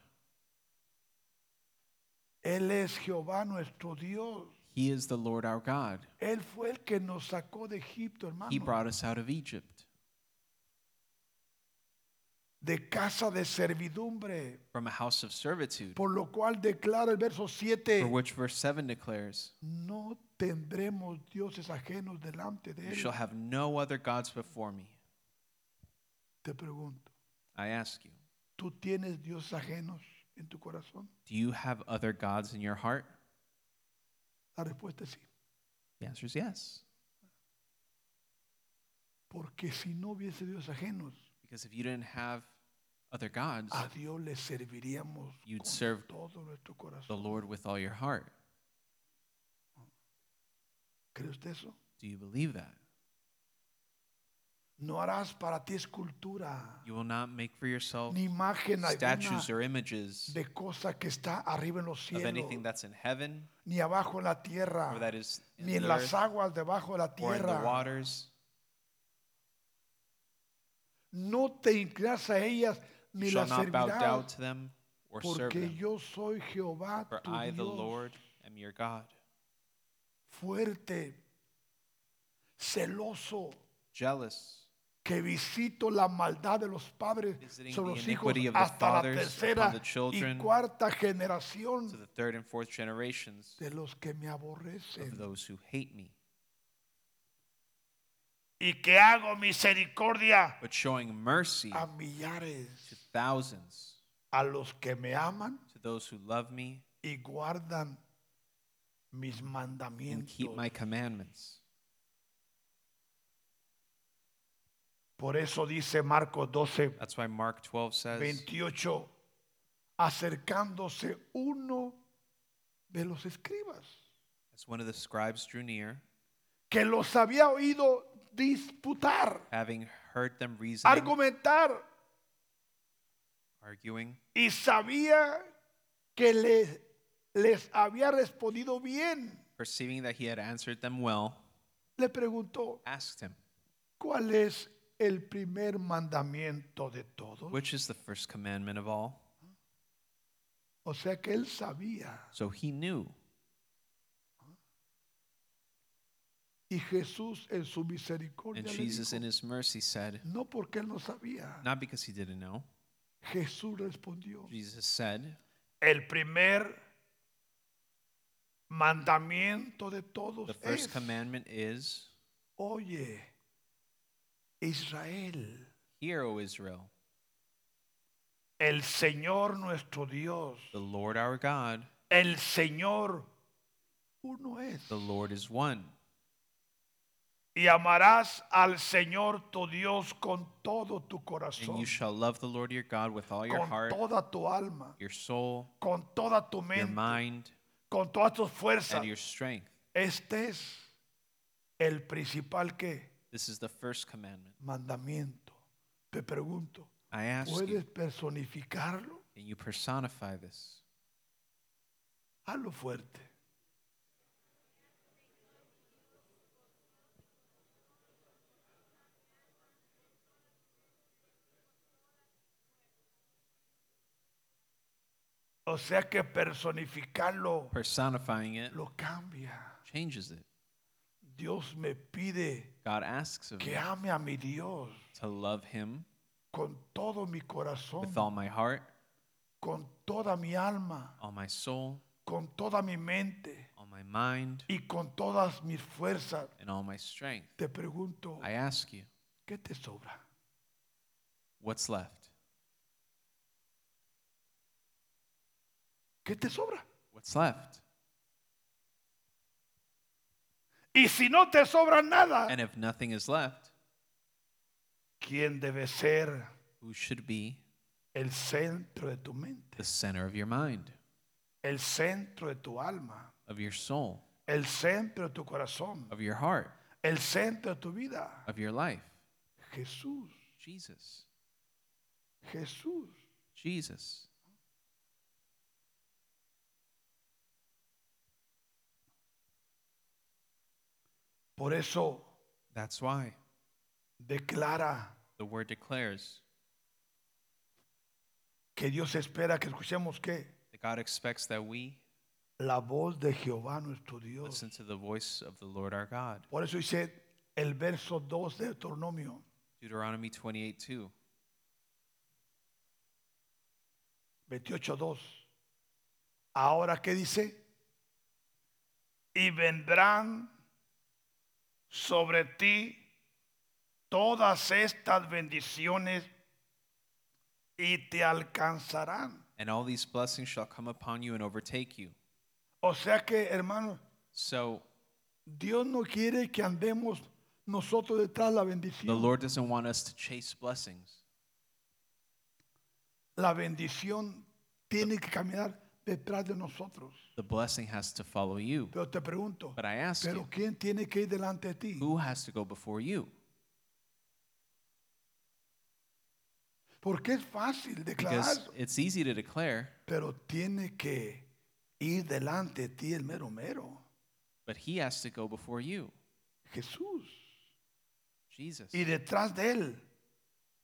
S1: Él es Jehová nuestro Dios.
S2: He is the Lord our God.
S1: Él fue el que nos sacó de Egipto,
S2: He
S1: hermano.
S2: brought us out of Egypt
S1: De casa de servidumbre.
S2: from a house of servitude,
S1: Por lo cual declara el verso
S2: for
S1: 7.
S2: which verse 7 declares,
S1: No tendremos dioses ajenos delante de
S2: You
S1: él.
S2: shall have no other gods before me.
S1: Te pregunto,
S2: I ask you,
S1: ¿tú tienes dioses ajenos en tu corazón?
S2: do you have other gods in your heart?
S1: La respuesta es sí.
S2: The answer is yes.
S1: Porque si no hubiese dioses ajenos,
S2: Because if you didn't have other gods,
S1: a Dios le serviríamos
S2: You'd
S1: con
S2: serve
S1: todo nuestro
S2: the
S1: corazón.
S2: Lord with all your heart.
S1: ¿Cree usted eso?
S2: Do you believe that?
S1: No harás para ti escultura
S2: You will not make for yourself
S1: ni imagen alguna
S2: statues or images
S1: de cosa que está arriba en los
S2: of anything
S1: cielos,
S2: that's in heaven
S1: ni abajo en la
S2: or that
S1: tierra,
S2: is
S1: Ah. ni
S2: in
S1: en
S2: the earth
S1: las aguas debajo de la
S2: or in the
S1: tierra.
S2: waters.
S1: no te inclinas a ellas
S2: You
S1: ni
S2: shall
S1: las
S2: not bow down
S1: servirás,
S2: to them or serve
S1: porque
S2: them.
S1: yo soy Jehová
S2: For
S1: tu
S2: I, the
S1: Dios,
S2: Lord, am your God,
S1: fuerte, celoso,
S2: jealous,
S1: que visito la maldad de los padres
S2: Visiting
S1: sobre
S2: the
S1: los hijos
S2: iniquity of the
S1: hasta la
S2: fathers
S1: tercera
S2: upon the
S1: y
S2: children
S1: cuarta
S2: to
S1: generación
S2: the third and fourth generations
S1: de los que me
S2: of
S1: aborrecen.
S2: those who hate me,
S1: Y que hago misericordia
S2: but showing mercy
S1: a
S2: to
S1: millares,
S2: thousands,
S1: a los que me aman
S2: to those who love me
S1: y guardan mis
S2: and keep
S1: mandamientos.
S2: my commandments.
S1: Por eso dice Marcos 12,
S2: That's why Mark 12 says,
S1: 28, acercándose uno de los escribas,
S2: As one of the scribes drew near,
S1: que los había oído disputar.
S2: having heard them reasoning,
S1: argumentar
S2: arguing,
S1: y sabía que les, les había respondido bien.
S2: perceiving that he had answered them well,
S1: Le preguntó,
S2: asked him,
S1: ¿cuál es el primer mandamiento de todos?
S2: Which is the first commandment of all?
S1: O sea que él sabía.
S2: So he knew.
S1: Y Jesús en su misericordia
S2: And
S1: le
S2: Jesus, in
S1: dijo,
S2: his mercy, said,
S1: no porque él no sabía.
S2: Not because he didn't know.
S1: Jesús respondió,
S2: Jesus said,
S1: el primer mandamiento de todos
S2: The
S1: es,
S2: first commandment is,
S1: oye, Israel,
S2: Hear, O Israel,
S1: el Señor nuestro Dios,
S2: the Lord our God,
S1: el Señor uno es.
S2: the Lord is one.
S1: Y amarás al Señor tu Dios con todo tu
S2: And
S1: corazón,
S2: you shall love the Lord your God with all your
S1: con
S2: heart,
S1: toda tu alma,
S2: your soul,
S1: con toda tu
S2: your
S1: mente,
S2: mind,
S1: con todas tus fuerzas.
S2: and your strength.
S1: Este es el principal que
S2: This is the first commandment.
S1: mandamiento. Te pregunto,
S2: I ask you,
S1: ¿puedes personificarlo?
S2: and you personify this.
S1: Hazlo fuerte. O sea que personificarlo
S2: Personifying it
S1: lo cambia.
S2: changes it.
S1: Dios me pide
S2: God asks of me
S1: que ame a mi Dios
S2: to love him
S1: con todo mi corazón,
S2: with all my heart,
S1: con toda mi alma,
S2: all my soul,
S1: con toda mi mente
S2: all my mind,
S1: y con todas mis fuerzas.
S2: and all my strength.
S1: Te pregunto,
S2: I ask you,
S1: ¿qué te sobra?
S2: what's left?
S1: ¿Qué te sobra?
S2: What's left?
S1: Y si no te sobra nada,
S2: And if nothing is left,
S1: ¿quién debe ser
S2: who should be
S1: el centro de tu mente?
S2: the center of your mind,
S1: El centro de tu alma,
S2: of your soul,
S1: el centro de tu corazón,
S2: of your heart,
S1: el centro de tu vida.
S2: of your life?
S1: Jesús,
S2: Jesus.
S1: Jesús.
S2: Jesus.
S1: Por eso
S2: That's why
S1: declara
S2: the word declares
S1: que Dios espera que escuchemos que
S2: that God expects that we
S1: la voz de Jehová nuestro Dios.
S2: listen to the voice of the Lord our God.
S1: Por eso dice el verso 2 de Deuteronomio,
S2: Deuteronomy 28 2.
S1: 28.2. Ahora, ¿qué dice? Y vendrán sobre ti todas estas bendiciones y te alcanzarán.
S2: And all these blessings shall come upon you and overtake you.
S1: O sea que, hermano,
S2: So
S1: Dios no quiere que andemos nosotros detrás de la
S2: the
S1: bendición.
S2: Lord doesn't want us to chase blessings.
S1: La bendición tiene que caminar detrás de nosotros.
S2: The blessing has to follow you.
S1: Pero te pregunto,
S2: But I ask you,
S1: ¿pero quién tiene que ir delante de ti?
S2: who has to go before you?
S1: Porque es fácil declarar,
S2: Because it's easy to declare,
S1: pero tiene que ir delante de ti el mero mero,
S2: but he has to go before you,
S1: Jesús.
S2: Jesus.
S1: Y detrás de él,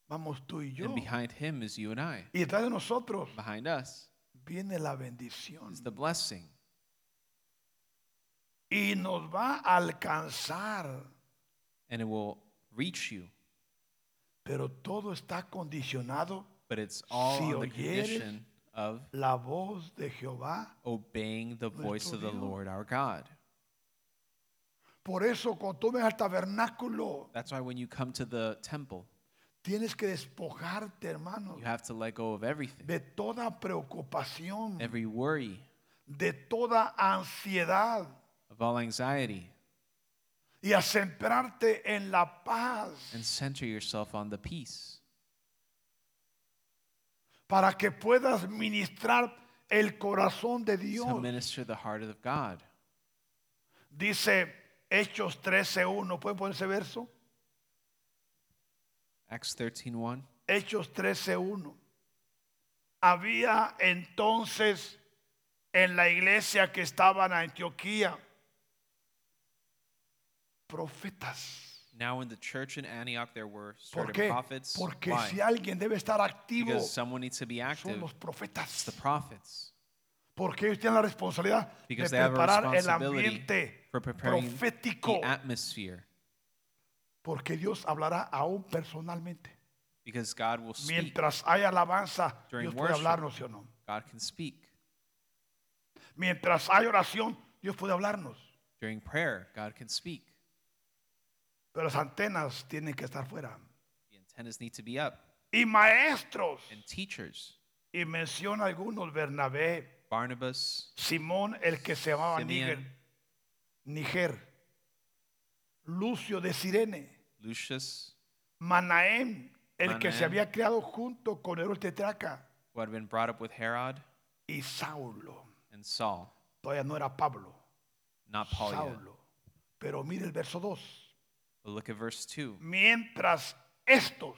S1: vamos tú y yo.
S2: And behind him is you and I.
S1: Y detrás de nosotros
S2: Behind us
S1: viene la bendición
S2: is the blessing.
S1: y nos va a alcanzar.
S2: And it will reach you.
S1: Pero todo está condicionado
S2: But it's all
S1: Si
S2: on the
S1: oyeres-
S2: condition of
S1: la voz de Jehová.
S2: obeying the voice of the
S1: Dios.
S2: Lord our God.
S1: Por eso cuando tú ves al tabernáculo,
S2: That's why when you come to the temple,
S1: tienes que despojarte, hermano,
S2: you have to let go of everything,
S1: de toda preocupación,
S2: every worry,
S1: de toda ansiedad
S2: of all anxiety,
S1: y a centrarte en la paz
S2: and center yourself on the peace
S1: para que puedas ministrar el corazón de
S2: to
S1: Dios.
S2: minister the heart of God.
S1: Dice Hechos 13.1, ¿pueden poner ese verso?
S2: Acts 13:1.
S1: Hechos 13:1. Había entonces en la iglesia que estaba en Antioquía profetas.
S2: Now in the church in Antioch there were
S1: ¿Por
S2: certain
S1: qué?
S2: prophets.
S1: Porque
S2: Why?
S1: si alguien debe estar activo
S2: because someone needs to be
S1: son
S2: active.
S1: los
S2: It's the
S1: profetas.
S2: prophets.
S1: Porque ellos tienen la responsabilidad de
S2: Because they have a
S1: preparar el
S2: responsibility
S1: ambiente
S2: for preparing
S1: profético.
S2: the atmosphere.
S1: Porque Dios hablará aún personalmente.
S2: Because God will speak.
S1: Mientras hay alabanza,
S2: During
S1: Dios puede
S2: worship.
S1: hablarnos, ¿sí o no?
S2: God can speak.
S1: Mientras hay oración, Dios puede hablarnos.
S2: During prayer, God can speak.
S1: Pero las antenas tienen que estar fuera.
S2: The antennas need to be up.
S1: Y maestros.
S2: And teachers,
S1: Y menciona algunos, Bernabé,
S2: Barnabas,
S1: Simón, el que se llamaba
S2: Simeon.
S1: Níger, Níger, Lucio de Sirene,
S2: Lucius,
S1: Manahem, el que se
S2: Manahem.
S1: había criado junto con Herodes Tetraca,
S2: who had been brought up with Herod,
S1: y Saulo.
S2: and Saul,
S1: Todavía no era Pablo,
S2: not Paul yet.
S1: Saulo. Pero mire el verso 2.
S2: But look at verse 2.
S1: Mientras estos,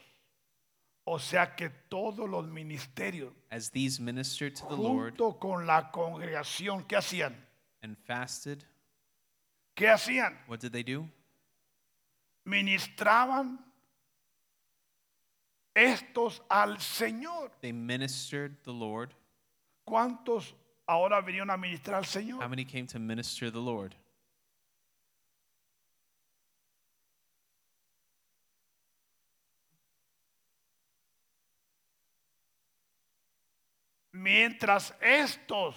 S1: o sea que todos los ministerios,
S2: As these ministered to the Lord
S1: junto con la congregación, ¿qué hacían?
S2: and fasted,
S1: ¿Qué hacían?
S2: what did they do?
S1: Ministraban estos al Señor.
S2: They ministered the Lord.
S1: ¿Cuántos ahora vinieron a ministrar al
S2: How
S1: Señor?
S2: many came to minister the Lord?
S1: Mientras estos,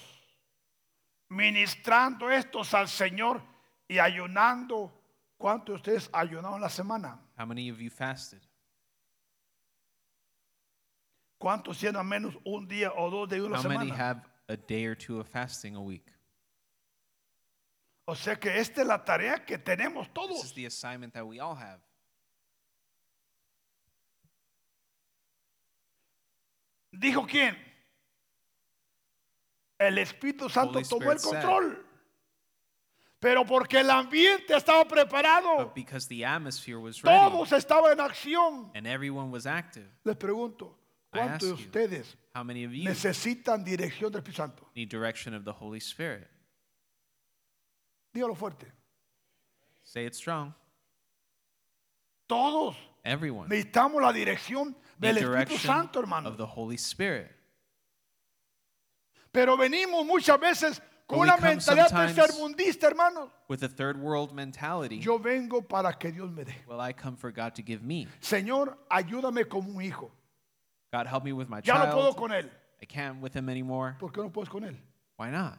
S1: ministrando estos al Señor y ayunando, ¿cuántos de ustedes ayunaron la semana?
S2: How many of you fasted?
S1: ¿Cuántos hicieron al menos un día o dos de una
S2: How many
S1: semana?
S2: have a day or two of fasting a week?
S1: O sea que esta es la tarea que tenemos
S2: This is
S1: todos.
S2: the assignment that we all have.
S1: ¿Dijo quién? El Espíritu Santo
S2: Holy
S1: tomó el
S2: Spirit said.
S1: control. Pero porque el ambiente estaba preparado,
S2: But because the atmosphere was ready
S1: todos estaban en acción.
S2: and everyone was active,
S1: Les pregunto,
S2: I
S1: ¿cuántos de
S2: ask you.
S1: ustedes
S2: how many of you
S1: necesitan dirección del Espíritu Santo?
S2: need direction of the Holy Spirit?
S1: Dígalo fuerte.
S2: Say it strong.
S1: Todos
S2: Everyone.
S1: necesitamos la dirección
S2: The
S1: del Espíritu
S2: direction
S1: Santo, hermano.
S2: of the Holy Spirit.
S1: Pero venimos muchas veces con
S2: But we
S1: una
S2: come
S1: mentalidad
S2: sometimes-
S1: tercermundista, hermano.
S2: With a third world mentality,
S1: Yo vengo para que Dios me dé.
S2: well, I come for God to give me.
S1: Señor, ayúdame como un hijo.
S2: God help me with my
S1: Ya no puedo
S2: child.
S1: con él.
S2: I can't with him anymore.
S1: ¿Por qué no puedes con él?
S2: Why not?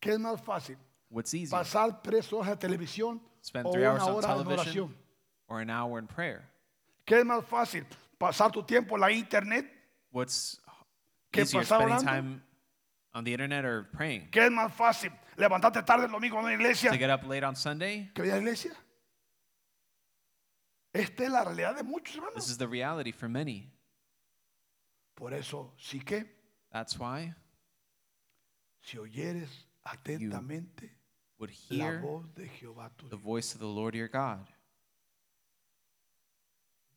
S1: ¿Qué es más fácil?
S2: What's easy?
S1: ¿Pasar tres horas de televisión
S2: Spend
S1: o
S2: three hours
S1: una
S2: on
S1: hora en
S2: television
S1: oración?
S2: or an hour in prayer?
S1: ¿Qué es más fácil? ¿Pasar tu tiempo en la internet?
S2: What's
S1: ¿Qué
S2: easier,
S1: pasaba
S2: spending
S1: orando?
S2: time on the internet or praying?
S1: ¿Qué es más fácil? ¿Levantarte tarde el domingo en la iglesia?
S2: To get up late on Sunday?
S1: ¿Que vaya a la iglesia? Esta es la realidad de muchos
S2: This
S1: hermanos.
S2: is the reality for many.
S1: Por eso, sí que,
S2: That's why
S1: si oyeres atentamente
S2: would
S1: la
S2: hear
S1: voz de Jehová tu
S2: the
S1: Dios,
S2: voice of the Lord your God.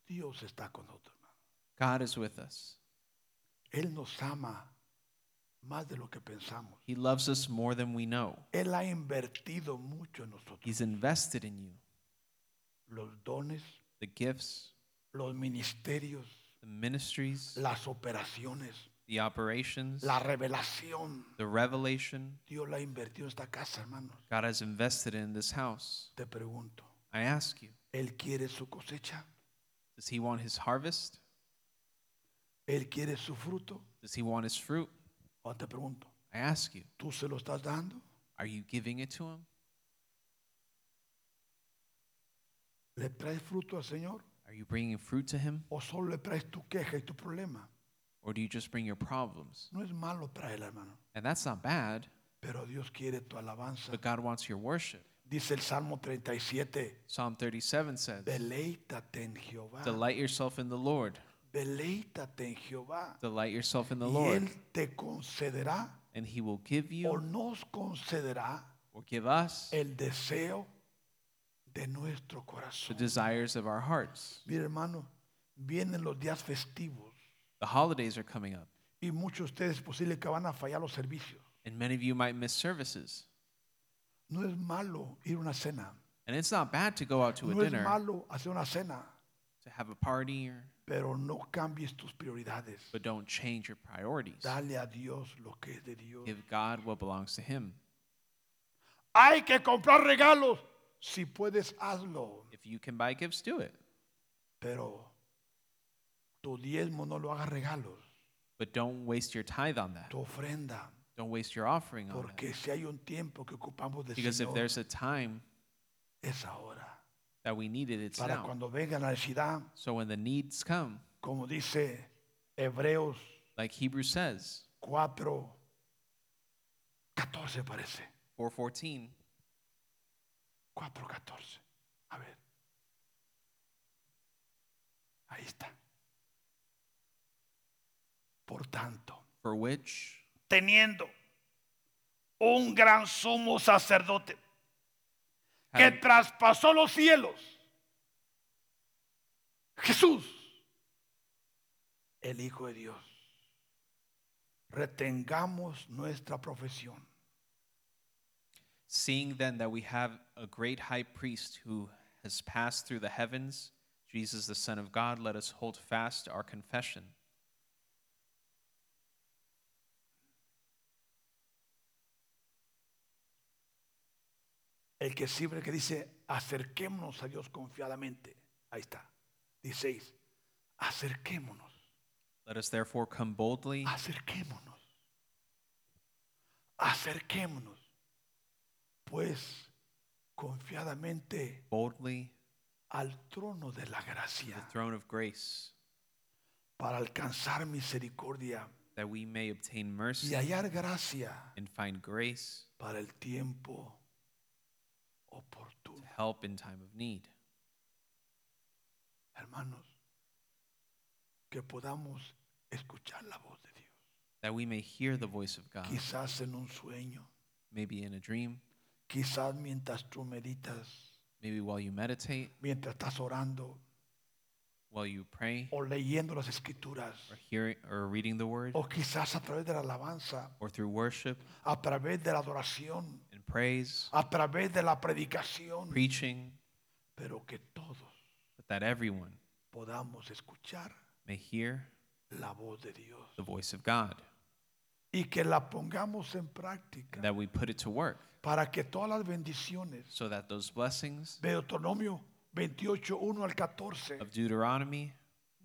S1: Dios está con nosotros. hermano.
S2: God is with us.
S1: Él nos ama más de lo que pensamos.
S2: He loves us more than we know.
S1: Él ha invertido mucho en nosotros.
S2: He's invested in you.
S1: los dones,
S2: the gifts,
S1: los ministerios,
S2: the ministries,
S1: las operaciones,
S2: the operations,
S1: la revelación.
S2: the revelation
S1: Dios la invirtió en esta casa, hermanos.
S2: God has invested in this house.
S1: Te pregunto,
S2: I ask you,
S1: ¿Él quiere su cosecha?
S2: does he want his harvest?
S1: ¿Él quiere su fruto?
S2: Does he want his fruit?
S1: O te pregunto,
S2: I ask you,
S1: ¿tú se lo estás dando?
S2: are you giving it to him?
S1: ¿Le traes fruto al Señor?
S2: Are you bringing fruit to him?
S1: ¿O solo le traes tu queja y tu problema?
S2: Or do you just bring your problems?
S1: No es malo traerla, hermano.
S2: And that's not bad,
S1: Pero Dios quiere tu alabanza.
S2: but God wants your worship.
S1: Dice el Salmo 37,
S2: Psalm 37 says,
S1: deleítate en Jehová.
S2: Delight yourself in the Lord.
S1: Deleítate en Jehová.
S2: Delight yourself in the
S1: Y
S2: Lord,
S1: Él te concederá
S2: and he will give
S1: o
S2: you
S1: nos concederá
S2: or give us
S1: el deseo de nuestro
S2: the
S1: corazón.
S2: desires of our hearts.
S1: Mira, hermano, vienen los días festivos
S2: The holidays are coming up,
S1: y muchos de ustedes es posible que van a fallar los servicios.
S2: and many of you might miss services.
S1: No es malo ir a una cena.
S2: And it's not bad to go out to a
S1: No es
S2: dinner,
S1: malo hacer una cena,
S2: to have a party, or,
S1: pero no cambies tus prioridades.
S2: but don't change your priorities.
S1: Dale a Dios lo que es de Dios.
S2: Give God what belongs to him.
S1: Hay que comprar regalos. Si puedes, hazlo.
S2: If you can buy gifts, do it.
S1: Pero tu diezmo no lo hagas regalos.
S2: But don't waste your tithe on that.
S1: Tu ofrenda.
S2: Don't waste your offering on that.
S1: Porque si hay un tiempo que ocupamos de
S2: Because if
S1: Señor,
S2: there's a time
S1: es ahora.
S2: that we need it, it's
S1: Para
S2: now.
S1: cuando venga la necesidad,
S2: So when the needs come,
S1: como dice Hebreos
S2: like Hebrews says,
S1: 4, 14 parece.
S2: 414,
S1: 4, 14. A ver. Ahí está. Por tanto,
S2: for which
S1: teniendo un gran sumo sacerdote que
S2: having,
S1: traspasó los cielos. Jesús, el Hijo de Dios. Retengamos nuestra profesión.
S2: seeing then that we have a great high priest who has passed through the heavens, Jesus the Son of God, let us hold fast our confession.
S1: El que siempre que dice, acerquémonos a Dios confiadamente. Ahí está. 16. Acerquémonos,
S2: Let us therefore come boldly,
S1: Ah. acerquémonos. Acerquémonos. Pues confiadamente
S2: boldly
S1: al trono de la
S2: to
S1: gracia.
S2: the throne of grace,
S1: para alcanzar misericordia
S2: that we may obtain
S1: y
S2: mercy
S1: hallar gracia
S2: and find grace
S1: para el tiempo
S2: to
S1: oportuno.
S2: help in time of need.
S1: Hermanos, que podamos escuchar la voz de Dios,
S2: That we may hear the voice of God,
S1: quizás en un sueño,
S2: maybe in a dream,
S1: quizás mientras tú meditas,
S2: maybe while you meditate,
S1: mientras estás orando
S2: while you pray,
S1: o leyendo las escrituras,
S2: or hearing or reading the word,
S1: o quizás a través de la alabanza,
S2: or through worship
S1: a través de la adoración,
S2: and praise,
S1: a través de la predicación,
S2: preaching,
S1: pero que todos
S2: but that everyone
S1: podamos escuchar
S2: may hear
S1: la voz de Dios.
S2: the voice of God,
S1: y que la pongamos en
S2: and
S1: práctica
S2: that we put it to work,
S1: para que todas las bendiciones
S2: so that those blessings
S1: de Deuteronomio 28, 1 al 14
S2: of Deuteronomy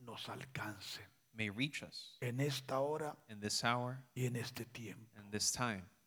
S1: nos alcancen
S2: may reach us
S1: en esta hora
S2: in this hour
S1: y en este tiempo.
S2: and this time.